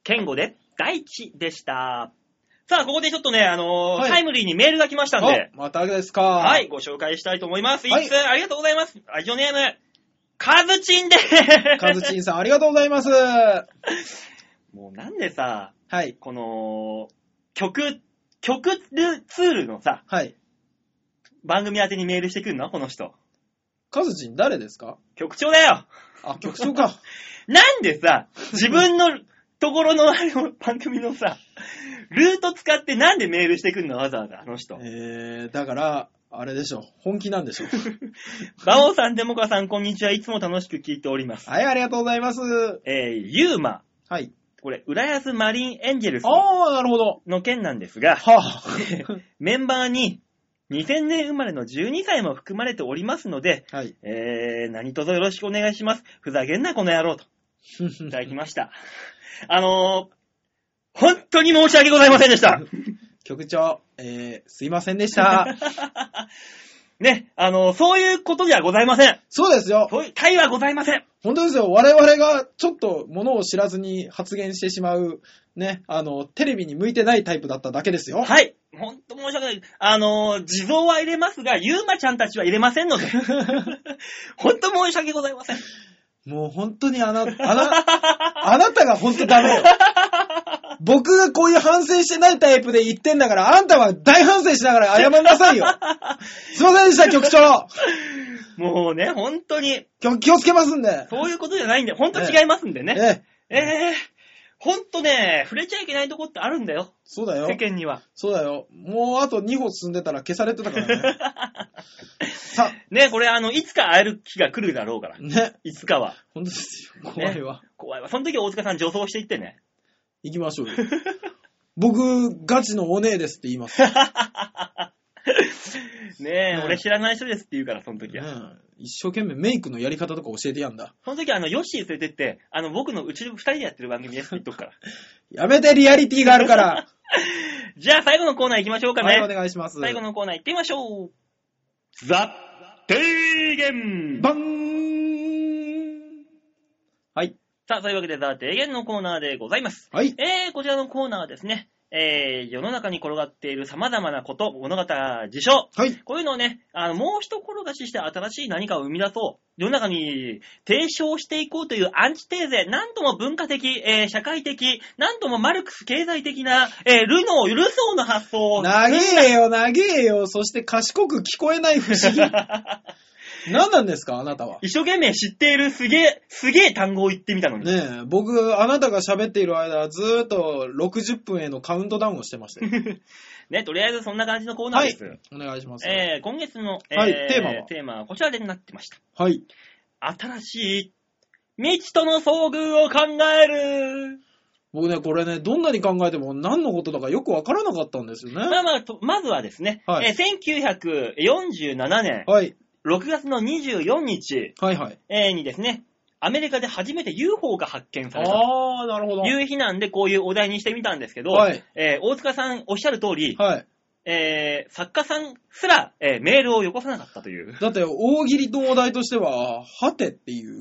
Speaker 2: ケンゴで大地でした。さあ、ここでちょっとね、あのー
Speaker 3: はい
Speaker 2: タイムリーにメールが来ましたんで、
Speaker 3: おまたあれですか。
Speaker 2: は、。
Speaker 3: はい
Speaker 2: ご紹介したいと思います。
Speaker 3: はい
Speaker 2: 一通ありがとうございます。ラジオネーム、カズチンで
Speaker 3: カズチンさん、ありがとうございます。は
Speaker 2: もうなんでさ、
Speaker 3: い。
Speaker 2: この、曲、曲ツールのさ、
Speaker 3: はい。
Speaker 2: 番組宛てにメールしてくるのこの人。
Speaker 3: カズチン、誰ですか
Speaker 2: 局長だよ
Speaker 3: あ、局長 か。
Speaker 2: なんでさ、自 分のところのあの番組のさ、ルート使ってなんでメールしてくるのわざわざ、あの人。
Speaker 3: えー、だから、あれでしょ。本気なんでしょ。
Speaker 2: バオさん、デモカさん、こんにちは。いつも楽しく聞いております。
Speaker 3: はい、ありがとうございます。
Speaker 2: えー、ユーマ。
Speaker 3: はい。
Speaker 2: これ、浦安マリンエンジェルス
Speaker 3: あー、なるほど。
Speaker 2: の件なんですが、
Speaker 3: はあ。
Speaker 2: メンバーに2000年生まれの12歳も含まれておりますので、
Speaker 3: はい。
Speaker 2: えー、何卒よろしくお願いします。ふざけんな、この野郎と。いただきました。 あのー、本当に申し訳ございませんでした。
Speaker 3: 局長、えー、すいませんでした。
Speaker 2: ね、あの、そういうことじゃございません。
Speaker 3: そうですよ。
Speaker 2: そういう会はございません。
Speaker 3: 本当ですよ。我々がちょっとものを知らずに発言してしまう、ね、あの、テレビに向いてないタイプだっただけですよ。
Speaker 2: はい。ほんと申し訳ない。あのー、地蔵は入れますが、ゆうまちゃんたちは入れませんので。 ほんと申し訳ございません。
Speaker 3: もう本当にあな、あな、あなたが本当ダメ よ。僕がこういう反省してないタイプで言ってんだから、あんたは大反省しながら謝りなさいよ。すいませんでした、局長。
Speaker 2: もうね、ほんとに、
Speaker 3: きょ気をつけますんで。
Speaker 2: そういうことじゃないんで、ほんと違いますんでね。
Speaker 3: ええ、
Speaker 2: ええー、ほんとね、触れちゃいけないとこってあるんだよ。
Speaker 3: そうだよ
Speaker 2: 世。間には。
Speaker 3: そうだよ。もうあと2歩進んでたら消されてたか らね。さ、
Speaker 2: ね、これあの、いつか会える日が来るだろうから。
Speaker 3: ね、
Speaker 2: いつかは。
Speaker 3: 本当ですよ。怖いわ。
Speaker 2: 怖いわ。その時大塚さん女装していってね。
Speaker 3: 行きましょうよ。僕、ガチのお姉ですって言います。
Speaker 2: ね
Speaker 3: ね
Speaker 2: え、俺知らない人ですって言うから、その時は。
Speaker 3: うん一生懸命メイクのやり方とか教えてやんだ。
Speaker 2: その時はあの、ヨッシー連れてって、あの、僕のうちの二人でやってる番組ですって言っとくから。
Speaker 3: やめて、リアリティがあ るから。
Speaker 2: じゃあ最後のコーナー行きましょうか
Speaker 3: はい、お
Speaker 2: ね。
Speaker 3: 願いします。
Speaker 2: 最後のコーナー行ってみましょう。ザ・提言
Speaker 3: バンはい。
Speaker 2: さあ、そういうわけでザ・提言のコーナーでございます。
Speaker 3: はい。
Speaker 2: えー、こちらのコーナーはですね、えー、世の中に転がっている様々なこと、物語、事象、
Speaker 3: はい。
Speaker 2: こういうのをね、あの、もう一転がしして新しい何かを生み出そう。世の中に提唱していこうというアンチテーゼ、なんとも文化的、えー社会的、なんともマルクス経済的な、えールノー、ルソーの発想を。
Speaker 3: 長えよ、長えよ。そして賢く聞こえない不 思議。何なんですか、あなたは。
Speaker 2: 一生懸命知っているすげえ、すげえ単語を言ってみたのに。
Speaker 3: ねえ、僕、あなたが喋っている間、ずーっと60分へのカウントダウンをしてましたよ。
Speaker 2: ね、とりあえずそんな感じのコーナー
Speaker 3: は
Speaker 2: で
Speaker 3: い
Speaker 2: す。。
Speaker 3: お願いします。
Speaker 2: えー、今月の、えー
Speaker 3: はいテーマは
Speaker 2: テーマはこちらでなってました。
Speaker 3: はい。
Speaker 2: 新しい未知との遭遇を考える。
Speaker 3: 僕ね、これね、どんなに考えても何のことだかよくわからなかったんですよ
Speaker 2: ま
Speaker 3: ね。
Speaker 2: あまあ、とまずはですね、
Speaker 3: はい
Speaker 2: えー1947年
Speaker 3: はい。
Speaker 2: 6月の24日
Speaker 3: はいはい。
Speaker 2: えーにですね、アメリカで初めて UFO が発見された
Speaker 3: あー、なるほど。
Speaker 2: という日なんで、こういうお題にしてみたんですけど、
Speaker 3: はい
Speaker 2: えー大塚さんおっしゃる通り、
Speaker 3: はい。
Speaker 2: えー作家さんすら、えーメールをよこさなかったという。
Speaker 3: だって、大喜利のお題としては、はてっていう。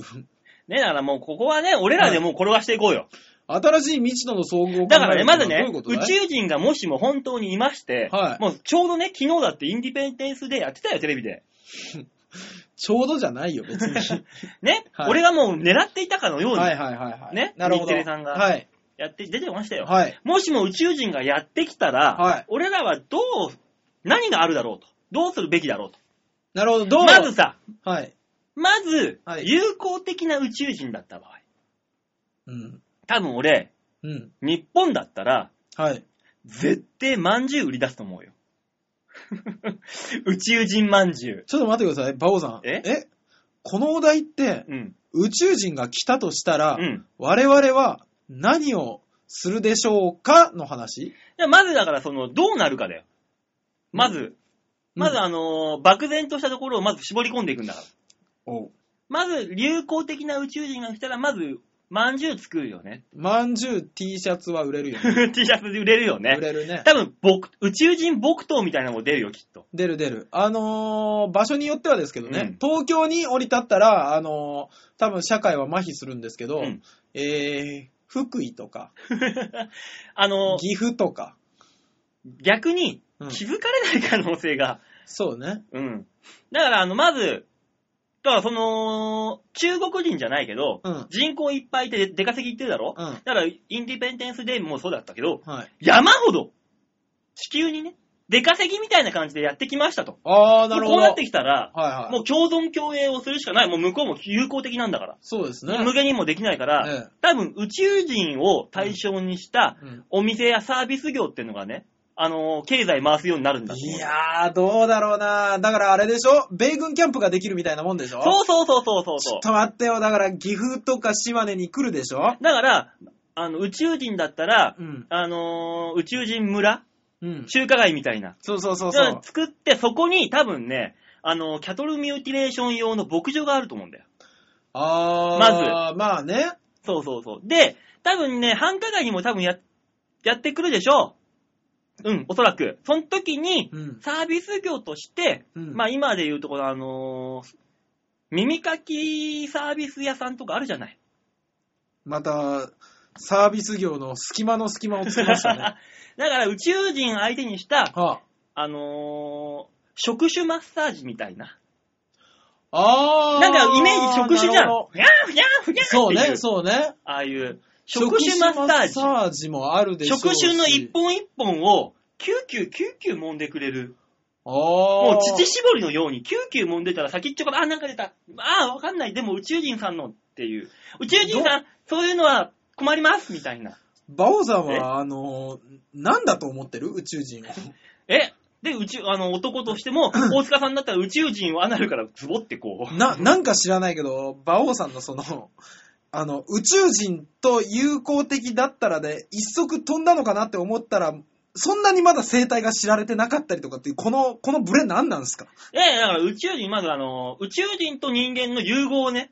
Speaker 2: ね、だからもうここはね、俺らでもう転がしていこうよ。
Speaker 3: 新しい未知との遭遇を考えるっていうのは
Speaker 2: だからね、まずね
Speaker 3: どういうことだい
Speaker 2: 宇宙人がもしも本当にいまして、
Speaker 3: はい
Speaker 2: もうちょうどね、昨日だってインディペンデンスでやってたよ、テレビで。
Speaker 3: ちょうどじゃないよ、別に。
Speaker 2: ね、
Speaker 3: はい
Speaker 2: 俺がもう狙っていたかのように
Speaker 3: はいはいはいはい。
Speaker 2: ね
Speaker 3: なるほど。
Speaker 2: 日テレさんが
Speaker 3: はい。
Speaker 2: やって、出てましたよ。
Speaker 3: はい。
Speaker 2: もしも宇宙人がやってきたら、
Speaker 3: はい
Speaker 2: 俺らはどう、何があるだろうと。どうするべきだろうと。
Speaker 3: なるほど、どう
Speaker 2: まずさ、
Speaker 3: はい。
Speaker 2: まず
Speaker 3: は、い
Speaker 2: 友好的な宇宙人だった場合。
Speaker 3: うん。
Speaker 2: 多分俺、
Speaker 3: うん。
Speaker 2: 日本だったら、
Speaker 3: はい。
Speaker 2: 絶対まんじゅう売り出すと思うよ。 宇宙人まんじゅ
Speaker 3: ちょっと待ってください、バオさん。
Speaker 2: え
Speaker 3: このお題って、
Speaker 2: う。うん。
Speaker 3: 宇宙人が来たとしたら、
Speaker 2: うん。
Speaker 3: 我々は何をするでしょうかの話
Speaker 2: じゃあまずだから、その、どうなるかだよ。まず、まずあのー漠然としたところをまず絞り込んでいくんだから。
Speaker 3: お
Speaker 2: まず、流行的な宇宙人が来たら、まず、まんじゅう作るよね。。
Speaker 3: まんじゅう T シャツは売れるよ
Speaker 2: T シャツで売れるよね
Speaker 3: 売。れるね。
Speaker 2: 多分、僕、宇宙人木刀みたいなのも出るよ、きっと。
Speaker 3: 出る出る。あのー場所によってはですけどね、東京に降り立ったら、あのー多分社会は麻痺するんですけど、
Speaker 2: うん
Speaker 3: えー、福井とか、
Speaker 2: あの、
Speaker 3: 岐阜とか、
Speaker 2: 逆に
Speaker 3: うん
Speaker 2: 気づかれない可能性が。
Speaker 3: そうね。
Speaker 2: うん。だから、あの、まず、だからその、中国人じゃないけど、
Speaker 3: うん。
Speaker 2: 人口いっぱいいて出稼ぎ行ってるだろ
Speaker 3: うん。
Speaker 2: だから、インディペンデンスデーもそうだったけど、
Speaker 3: はい。
Speaker 2: 山ほど、地球にね、出稼ぎみたいな感じでやってきましたと。
Speaker 3: あー、なるほ
Speaker 2: こう
Speaker 3: ど。
Speaker 2: なってきたら、
Speaker 3: はいはい。
Speaker 2: もう共存共栄をするしかない。もう向こうも友好的なんだから。
Speaker 3: そうですね。
Speaker 2: 無限にもできないから、
Speaker 3: ええ
Speaker 2: 多分宇宙人を対象にした
Speaker 3: うん
Speaker 2: お店やサービス業っていうのがね、あのー経済回すようになるんだと思う
Speaker 3: いやー、どうだろうなだからあれでしょ米軍キャンプができるみたいなもんでしょ
Speaker 2: そうそうそうそうそう
Speaker 3: ち
Speaker 2: そ
Speaker 3: ょ
Speaker 2: う
Speaker 3: っ。と待ってよ。だから岐阜とか島根に来るでしょ
Speaker 2: だから、あの、宇宙人だったら、
Speaker 3: うん。
Speaker 2: あのー宇宙人村
Speaker 3: うん。
Speaker 2: 中華街みたいな。
Speaker 3: そうそうそう
Speaker 2: じゃ
Speaker 3: そ
Speaker 2: あ
Speaker 3: う。
Speaker 2: 作って、そこに多分ね、あのーキャトルミューティレーション用の牧場があると思うんだよ。
Speaker 3: あー、まず。まあね。
Speaker 2: そうそうそう。で、多分ね、繁華街にも多分や、やってくるでしょう。うん、おそらく。その時に、
Speaker 3: うん。
Speaker 2: サービス業として、
Speaker 3: うん
Speaker 2: まあ今で言うところ、あのー耳かきサービス屋さんとかあるじゃない。
Speaker 3: また、サービス業の隙間の隙間をつけまし たね。
Speaker 2: だから宇宙人相手にした、
Speaker 3: は
Speaker 2: あのー触手マッサージみたいな。
Speaker 3: あ、あー
Speaker 2: なんかイメージ触手じゃ
Speaker 3: なる
Speaker 2: ん
Speaker 3: ほど。
Speaker 2: ふにゃーふにゃーふにゃー
Speaker 3: そ
Speaker 2: っ
Speaker 3: う
Speaker 2: ていう。
Speaker 3: ね、そうね。
Speaker 2: ああいう、触手マッサージ。
Speaker 3: マッサージもあるでしょうし。
Speaker 2: 触手の一本一本を、キューキューキューキュー揉んでくれる。
Speaker 3: あ
Speaker 2: も
Speaker 3: も
Speaker 2: う乳絞りのように、キューキュー揉んでたら先っちょから、あ、なんか出た。ああ、わかんない。でも宇宙人さんのっていう。宇宙人さん、そういうのは困ります、みたいな。
Speaker 3: バオさん
Speaker 2: え
Speaker 3: は、あの、なんだと思ってる宇宙人を。
Speaker 2: えで、宇宙、あの、男として も、大塚さんだったら宇宙人をアナルからズボってこう。
Speaker 3: な、なんか知らないけど、馬王さんのその、あの、宇宙人と友好的だったらで、一足飛んだのかなって思ったら、そんなにまだ生態が知られてなかったりとかっていう、この、このブレ何なんですか
Speaker 2: いやいや、だから宇宙人、まずあの、宇宙人と人間の融合をね、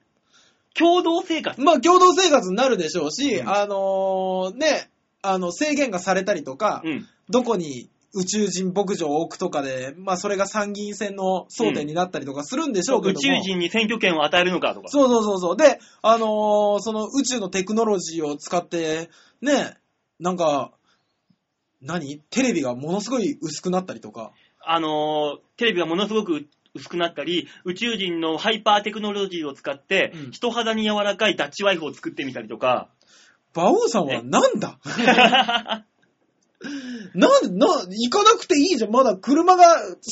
Speaker 2: 共同生活。
Speaker 3: まあ、共同生活になるでしょうし、
Speaker 2: うん
Speaker 3: あのーね、あの、制限がされたりとか、
Speaker 2: うん。
Speaker 3: どこに宇宙人牧場を置くとかで、まあ、それが参議院選の争点になったりとかするんでしょうけ
Speaker 2: 宇
Speaker 3: ども、
Speaker 2: 宙人に選挙権を与えるのかとか。
Speaker 3: そうそうそうそう。で、あのーその宇宙のテクノロジーを使って、ね、なんか、何テレビがものすごい薄くなったりとか。
Speaker 2: あのーテレビがものすごく薄くなったり、宇宙人のハイパーテクノロジーを使って、
Speaker 3: うん
Speaker 2: 人肌に柔らかいダッチワイフを作ってみたりとか、
Speaker 3: 馬王さんはなんだなん、な、行かなくていいじゃん。まだ車が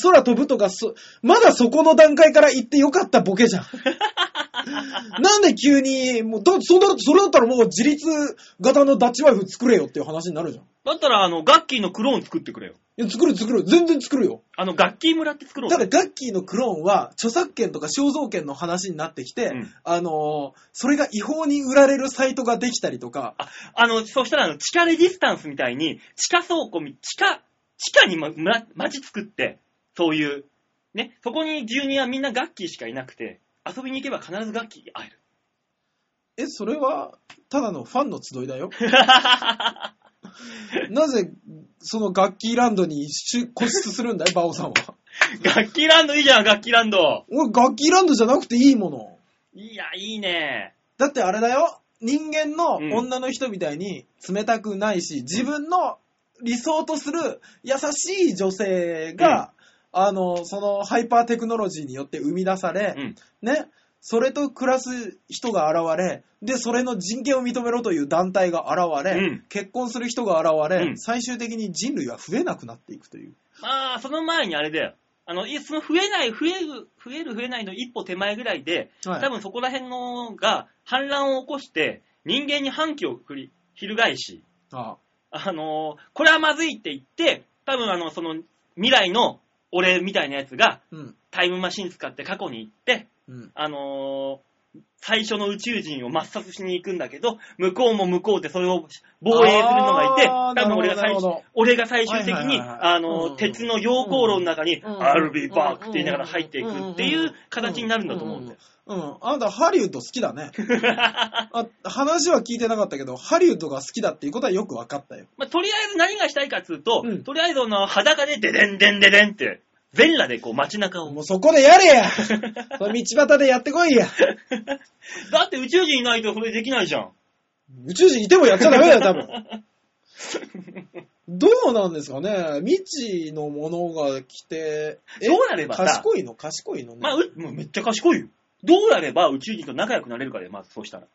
Speaker 3: 空飛ぶとか、そ、まだそこの段階から行ってよかったボケじゃん。なんで急に、もう、だそんな、それだったらもう自立型のダッチワイフ作れよっていう話になるじゃん。
Speaker 2: だったら、あの、ガッキーのクローン作ってくれよ。
Speaker 3: いや、作る作る。全然作るよ。
Speaker 2: あの、ガッキー村って作ろう
Speaker 3: た
Speaker 2: ぜ。
Speaker 3: だ、ガッキーのクローンは、著作権とか肖像権の話になってきて、
Speaker 2: うん
Speaker 3: あのーそれが違法に売られるサイトができたりとか、
Speaker 2: あ、あの、そしたら、あの、地下レジスタンスみたいに、地下倉庫み、地下、地下に、ま、村街作って、そういう、ね、そこに住人はみんなガッキーしかいなくて、遊びに行けば必ずガッキーに会え る。
Speaker 3: え、それは、ただのファンの集い だよ。なぜ、そのガッキーランドに 出固執するんだい、バオさんは。
Speaker 2: ガッキーランドいいじゃん、ガッキーランド。
Speaker 3: 俺、ガッキーランドじゃなくていいもの。
Speaker 2: いや、いいね。
Speaker 3: だってあれだよ、人間の
Speaker 2: うん
Speaker 3: 女の人みたいに冷たくないし、自分の理想とする優しい女性が、あの、そのハイパーテクノロジーによって生み出され、
Speaker 2: うん。
Speaker 3: ね、それと暮らす人が現れ、で、それの人権を認めろという団体が現れ、
Speaker 2: うん
Speaker 3: 結婚する人が現れ、
Speaker 2: うん
Speaker 3: 最終的に人類は増えなくなっていくという。
Speaker 2: まあ、その前にあれだよ。あの、いその増えない、増える、増える、増えないの一歩手前ぐらいで、多分そこら辺のが反乱を起こして、人間に反旗を振り、翻し、
Speaker 3: あ
Speaker 2: あのーこれはまずいって言って、多分あの、その未来の俺みたいなやつが
Speaker 3: うん、
Speaker 2: タイムマシン使って過去に行って、
Speaker 3: うん。
Speaker 2: あのー最初の宇宙人を抹殺しに行くんだけど、向こうも向こうでそれを防衛するのがいて、
Speaker 3: あー
Speaker 2: 多分俺が
Speaker 3: なる
Speaker 2: 最
Speaker 3: ほどなるほど
Speaker 2: 俺が最終的に、
Speaker 3: はいはいはい
Speaker 2: あ
Speaker 3: うんうんう
Speaker 2: の、
Speaker 3: ん
Speaker 2: 鉄の溶鉱炉の中に、
Speaker 3: うん
Speaker 2: I'll be back って言いながら入っていくっていう形になるんだと思うんだよ。
Speaker 3: うん。あなた、ハリウッド好き だね。あ話は聞いてなかったけど、ハリウッドが好きだっていうことはよく分かったよ。
Speaker 2: まあ、とりあえず何がしたいかっつうと、
Speaker 3: うん
Speaker 2: とりあえずあの裸でデデンデンデデンって、全裸でこう街中を。
Speaker 3: もうそこでや れやその道端でやってこいや
Speaker 2: だって宇宙人いないとそれできないじゃん。
Speaker 3: 宇宙人いてもやっちゃダメだよ、多分。どうなんですかね未知のものが来て、え
Speaker 2: そうなればさ
Speaker 3: 賢いの賢いのね。
Speaker 2: まあ、うもうめっちゃ賢いよ。どうやれば宇宙人と仲良くなれるかで、まあ、そうしたら。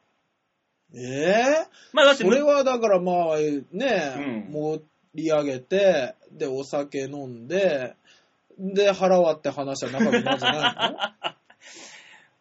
Speaker 3: え
Speaker 2: まあ、だ
Speaker 3: え
Speaker 2: って、
Speaker 3: それはだからまあ、ね、
Speaker 2: うん
Speaker 3: 盛り上げて、で、お酒飲んで、で、腹割って話は仲良くなるんじゃないの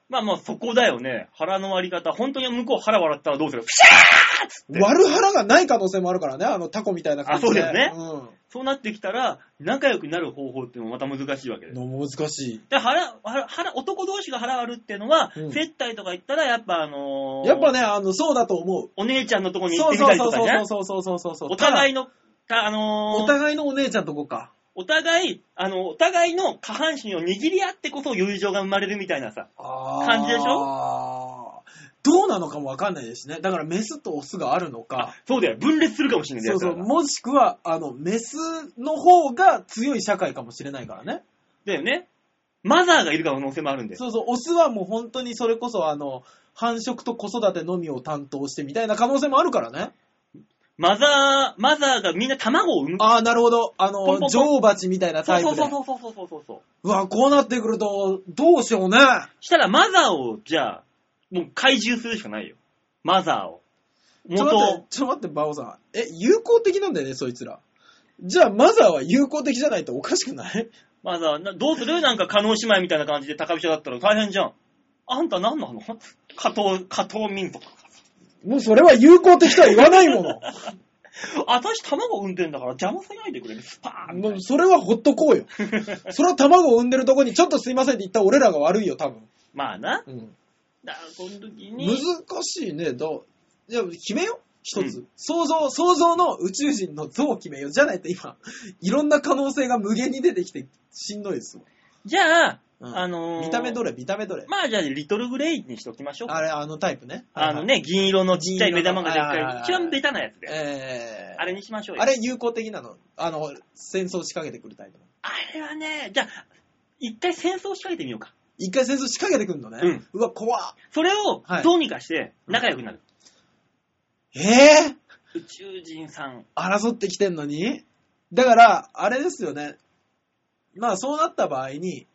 Speaker 2: まあまあ、そこだよね。腹の割り方。本当に向こう腹笑ったらどうするピシャーっつって。
Speaker 3: 割る腹がない可能性もあるからね、あのタコみたいな感じで。
Speaker 2: あそうだよね
Speaker 3: ね。
Speaker 2: そうなってきたら、仲良くなる方法っていうのもまた難しいわけです。
Speaker 3: の難しい。
Speaker 2: で腹腹腹男同士が腹割るっていうのは、
Speaker 3: うん
Speaker 2: 接待とか行ったらやっぱあのー
Speaker 3: やっぱね、あの、そうだと思う。
Speaker 2: お姉ちゃんのとこに行っ
Speaker 3: そう
Speaker 2: てみ
Speaker 3: そ
Speaker 2: た
Speaker 3: う
Speaker 2: り
Speaker 3: そ
Speaker 2: と
Speaker 3: う
Speaker 2: かね
Speaker 3: そうそうそうそうそう。
Speaker 2: お互いのたあのー
Speaker 3: お互いのお姉ちゃんとこか。
Speaker 2: お互いあのお互いの下半身を握り合ってこそ友情が生まれるみたいなさ
Speaker 3: あー
Speaker 2: 感じでし
Speaker 3: ょどうなのかもわかんないですね。だからメスとオスがあるのか。
Speaker 2: そうだよ。分裂するかもしれない
Speaker 3: そ
Speaker 2: や
Speaker 3: う
Speaker 2: つだ
Speaker 3: そ
Speaker 2: か
Speaker 3: う。
Speaker 2: ら
Speaker 3: もしくは、あの、メスの方が強い社会かもしれないからね。
Speaker 2: だよね。マザーがいる可能性もあるんで。
Speaker 3: そうそう、オスはもう本当にそれこそ、あの、繁殖と子育てのみを担当してみたいな可能性もあるからね。
Speaker 2: マザー、マザーがみんな卵を産む。
Speaker 3: ああ、なるほど。あ
Speaker 2: ポンポンポ
Speaker 3: の、
Speaker 2: ン
Speaker 3: 女王蜂みたいな
Speaker 2: そ
Speaker 3: タ
Speaker 2: う
Speaker 3: イ
Speaker 2: そ
Speaker 3: プ
Speaker 2: う
Speaker 3: で
Speaker 2: そう。そうそうそうそうそう。
Speaker 3: うわ、こうなってくると、どうしようね。
Speaker 2: したらマザーを、じゃあ、もう怪獣するしかないよ。マザーを。
Speaker 3: ちょっ
Speaker 2: 元
Speaker 3: と待っ
Speaker 2: を
Speaker 3: て、ちょっと待って、バオさん。え、友好的なんだよね、そいつら。じゃあ、マザーは友好的じゃないとおかしくない
Speaker 2: マザー、などうするなんか、加納姉妹みたいな感じで高飛車だったら大変じゃん。あんた何なの加藤、加藤民族。
Speaker 3: もうそれは友好的とは言 わないもの。
Speaker 2: 私卵産んでんだから邪魔さないでくれる。スパーンみた
Speaker 3: も
Speaker 2: いうな。
Speaker 3: それはほっとこうよ。それは卵を産んでるとこに、ちょっとすいませんって言った俺らが悪いよ、多分。
Speaker 2: まあな。
Speaker 3: うん、
Speaker 2: だから、この時に。
Speaker 3: 難しいね。だじゃあ、決めよう。一つ、
Speaker 2: う
Speaker 3: 想像、想像の宇宙人の像を決めよう。じゃないと今、 いろんな可能性が無限に出てきて、しんどいですもん。
Speaker 2: じゃあ、
Speaker 3: うん
Speaker 2: あのー
Speaker 3: 見た目どれ見た目どれ、
Speaker 2: まあじゃあ、リトルグレイにしときましょうか。
Speaker 3: あれ、あのタイプね。
Speaker 2: あの。ね、銀色のちっちゃい目玉がでっ
Speaker 3: 銀色
Speaker 2: か
Speaker 3: の
Speaker 2: い。一番ベタなやつで。
Speaker 3: えー、
Speaker 2: あれにしましょうよ。
Speaker 3: あれ友好的なのあの、戦争仕掛けてくるタイプの。
Speaker 2: あれはね、じゃあ、一回戦争を仕掛けてみようか。
Speaker 3: 一回戦争仕掛けてくるのね。
Speaker 2: うん
Speaker 3: わ、怖っ
Speaker 2: それを
Speaker 3: はい
Speaker 2: どうにかして仲良くなる。
Speaker 3: ええ
Speaker 2: 宇宙人さん。
Speaker 3: 争ってきてんのにだから、あれですよね。まあ、そうなった場合に、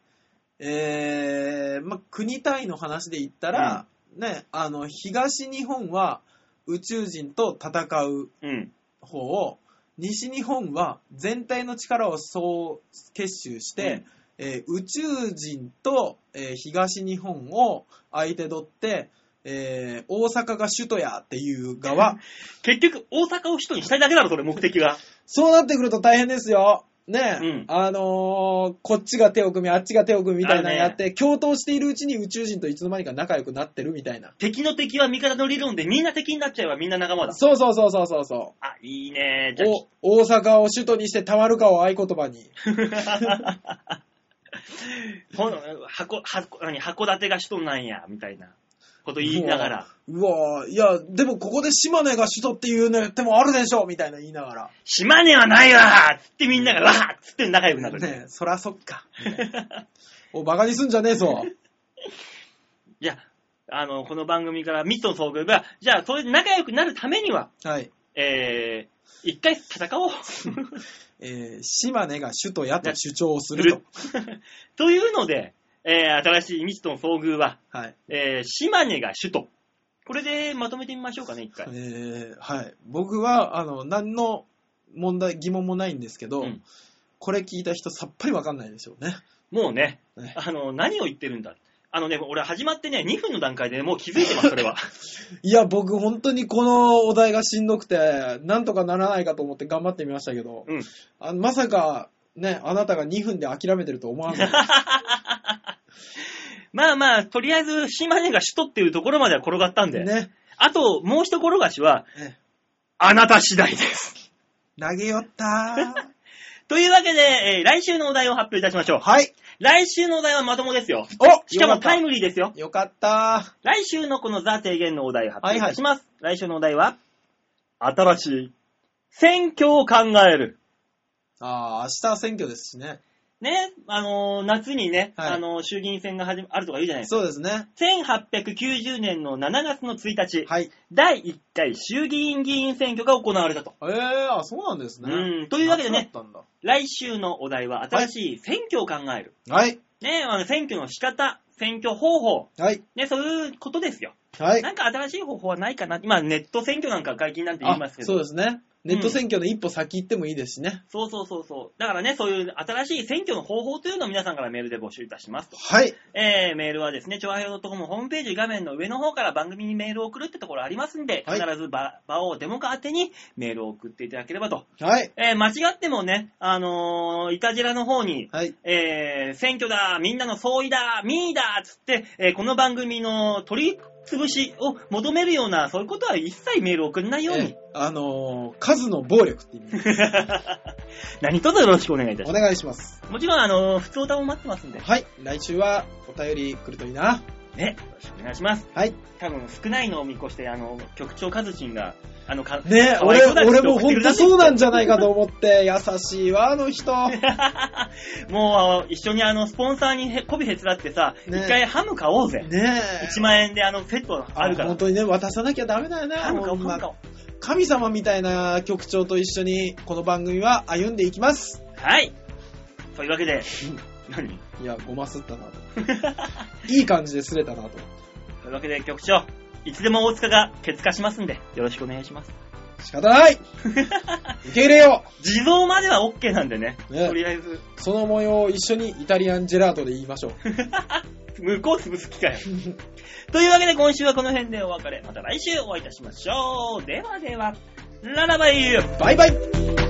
Speaker 3: えー、まあ、国単位の話で言ったら、ね、あの、東日本は宇宙人と戦う
Speaker 2: うん。
Speaker 3: 方を、西日本は全体の力を総結集して、えー宇宙人と、えー東日本を相手取って、えー大阪が首都やっていう側、
Speaker 2: 結局、大阪を首都にしたいだけだろ、それ、目的 が。
Speaker 3: そうなってくると大変ですよ。ねえ、
Speaker 2: うん
Speaker 3: あのーこっちが手を組み、あっちが手を組みみたいなのや
Speaker 2: あるね
Speaker 3: って、共闘しているうちに宇宙人といつの間にか仲良くなってるみたいな。
Speaker 2: 敵の敵は味方の理論で、みんな敵になっちゃえばみんな仲間だ。
Speaker 3: そうそうそうそうそうそ
Speaker 2: あ、いいね。じ
Speaker 3: う。お大阪を首都にしてたまるかを合言葉に。
Speaker 2: ゃあ、 ほん箱、箱、何、函館が首都なんや、みたいなこと言いながら、
Speaker 3: うわぁ、いや、でもここで島根が首都っていうね、手もあるでしょみたいな言いなが
Speaker 2: 島根はないわつってみんなが、わーっつって仲良くな
Speaker 3: ら。
Speaker 2: る。
Speaker 3: ねえ、そらそっか。みたいなお、バカにすんじゃねえぞ。
Speaker 2: じゃあ、あの、この番組からミスとの遭遇が、じゃあ、それで仲良くなるためには、
Speaker 3: はい。
Speaker 2: えー、一回戦おう。
Speaker 3: えー島根が首都やと主張をす
Speaker 2: す
Speaker 3: ると
Speaker 2: る。 というので、えー、新しい未知との遭遇は、
Speaker 3: はい。
Speaker 2: えー、島根が首都。これでまとめてみましょうかね、一回。
Speaker 3: えーはい。僕は、あの、何の問題、疑問もないんですけど、
Speaker 2: うん
Speaker 3: これ聞いた人さっぱりわかんないでしょうね。
Speaker 2: もうね
Speaker 3: ね、
Speaker 2: あの、何を言ってるんだ。あのね、俺始まってね、2分の段階でもう気づいてます、それ は。
Speaker 3: いや、僕本当にこのお題がしんどくて、なんとかならないかと思って頑張ってみましたけど、
Speaker 2: うん
Speaker 3: あのまさか、ね、あなたが2分で諦めてると思わない。
Speaker 2: まあまあ、とりあえず、島根が首都っていうところまでは転がったんで、
Speaker 3: ね。
Speaker 2: あと、もう一転がしは
Speaker 3: ね、
Speaker 2: あなた次第です。
Speaker 3: 投げよったー。
Speaker 2: というわけで、えー来週のお題を発表いたしましょう。
Speaker 3: はい。
Speaker 2: 来週のお題はまともですよ。
Speaker 3: お
Speaker 2: しかもタイ
Speaker 3: ム。
Speaker 2: ムリーです よ。
Speaker 3: よかった
Speaker 2: 来週のこのザ提言のお題を発表いたします。来週のお題は、新しい選挙を考える。
Speaker 3: ー。ああ、明日選挙ですしね。
Speaker 2: ね、あのー夏にね、
Speaker 3: はい
Speaker 2: あのー衆議院選が始まあるとか言うじゃないですか。
Speaker 3: そうですね。
Speaker 2: 1890年の7月の1日、
Speaker 3: はい。
Speaker 2: 第1回衆議院議員選挙が行われたと。
Speaker 3: ええあ、そうなんですね。
Speaker 2: うんというわけでね
Speaker 3: 夏だったんだ
Speaker 2: 来週のお題は、新しい選挙を考える。
Speaker 3: はい。
Speaker 2: ね、あの選挙の仕方、選挙方法、
Speaker 3: はい。
Speaker 2: ね、そういうことですよ。
Speaker 3: はい。
Speaker 2: なんか新しい方法はないかな。今、ネット選挙なんか解禁なんて言いますけど。
Speaker 3: そうですね。ネット選挙の一歩先行ってもいいですしね。
Speaker 2: そうそうそうそう。だからね、そういう新しい選挙の方法というのを皆さんからメールで募集いたしますと。
Speaker 3: はい。
Speaker 2: えー、メールはですね、超平洋 .com ホームページ画面の上の方から番組にメールを送るってところありますんで、
Speaker 3: はい
Speaker 2: 必ず場場をデモカ宛てにメールを送っていただければと。
Speaker 3: はい。
Speaker 2: えー、間違ってもね、あのー、イタジラの方に、
Speaker 3: はい。
Speaker 2: えー、選挙だ、みんなの総意だ、民意だ、つって、えーこの番組の取り潰しを求めるような、そういうことは一切メールを送らないよう
Speaker 3: え
Speaker 2: に
Speaker 3: え、あのー数の暴力って意味。
Speaker 2: 何卒よろしくお願いいたし
Speaker 3: お
Speaker 2: ま
Speaker 3: 願いします。
Speaker 2: す。もちろん、あのー、普通歌も待ってますんで。
Speaker 3: はい。来週はお便り来るといいな。
Speaker 2: ね、よろしくお願いします。
Speaker 3: はい。
Speaker 2: 多分少ないのを見越して、あの、局長カズチンが、あの、か
Speaker 3: ね
Speaker 2: かわい
Speaker 3: 俺
Speaker 2: そうだ、
Speaker 3: 俺も
Speaker 2: 送って
Speaker 3: 本
Speaker 2: くれ
Speaker 3: 当
Speaker 2: た
Speaker 3: そうなんじゃないかと思って、優しいわ、あの 人。
Speaker 2: もう、一緒にあの、スポンサーにへこびへつらってさ、一、
Speaker 3: ね
Speaker 2: 回ハム買おうぜ。
Speaker 3: ねえ。
Speaker 2: 1万円であの、セットあるから
Speaker 3: 本。当にね、渡さなきゃダメだよね。
Speaker 2: ハム買おう、
Speaker 3: ほん
Speaker 2: ハ
Speaker 3: ま
Speaker 2: ム買おう。
Speaker 3: 神様みたいな局長と一緒に、この番組は歩んでいきます。
Speaker 2: はい。というわけで、何
Speaker 3: いや、ごますったなと。 いい感じで擦れたなと。
Speaker 2: というわけで、局長、いつでも大塚がケツ化しますんで、よろしくお願いします。
Speaker 3: 仕方ない受け入れよ
Speaker 2: 地蔵までは OK なんでね。
Speaker 3: ね
Speaker 2: とりあえず、
Speaker 3: うその模様を一緒にイタリアンジェラートで言いましょう。
Speaker 2: 向こう潰す機会を。 というわけで、今週はこの辺でお別れ。また来週お会いいたしましょう。ではでは、ララバイ
Speaker 3: バイバイ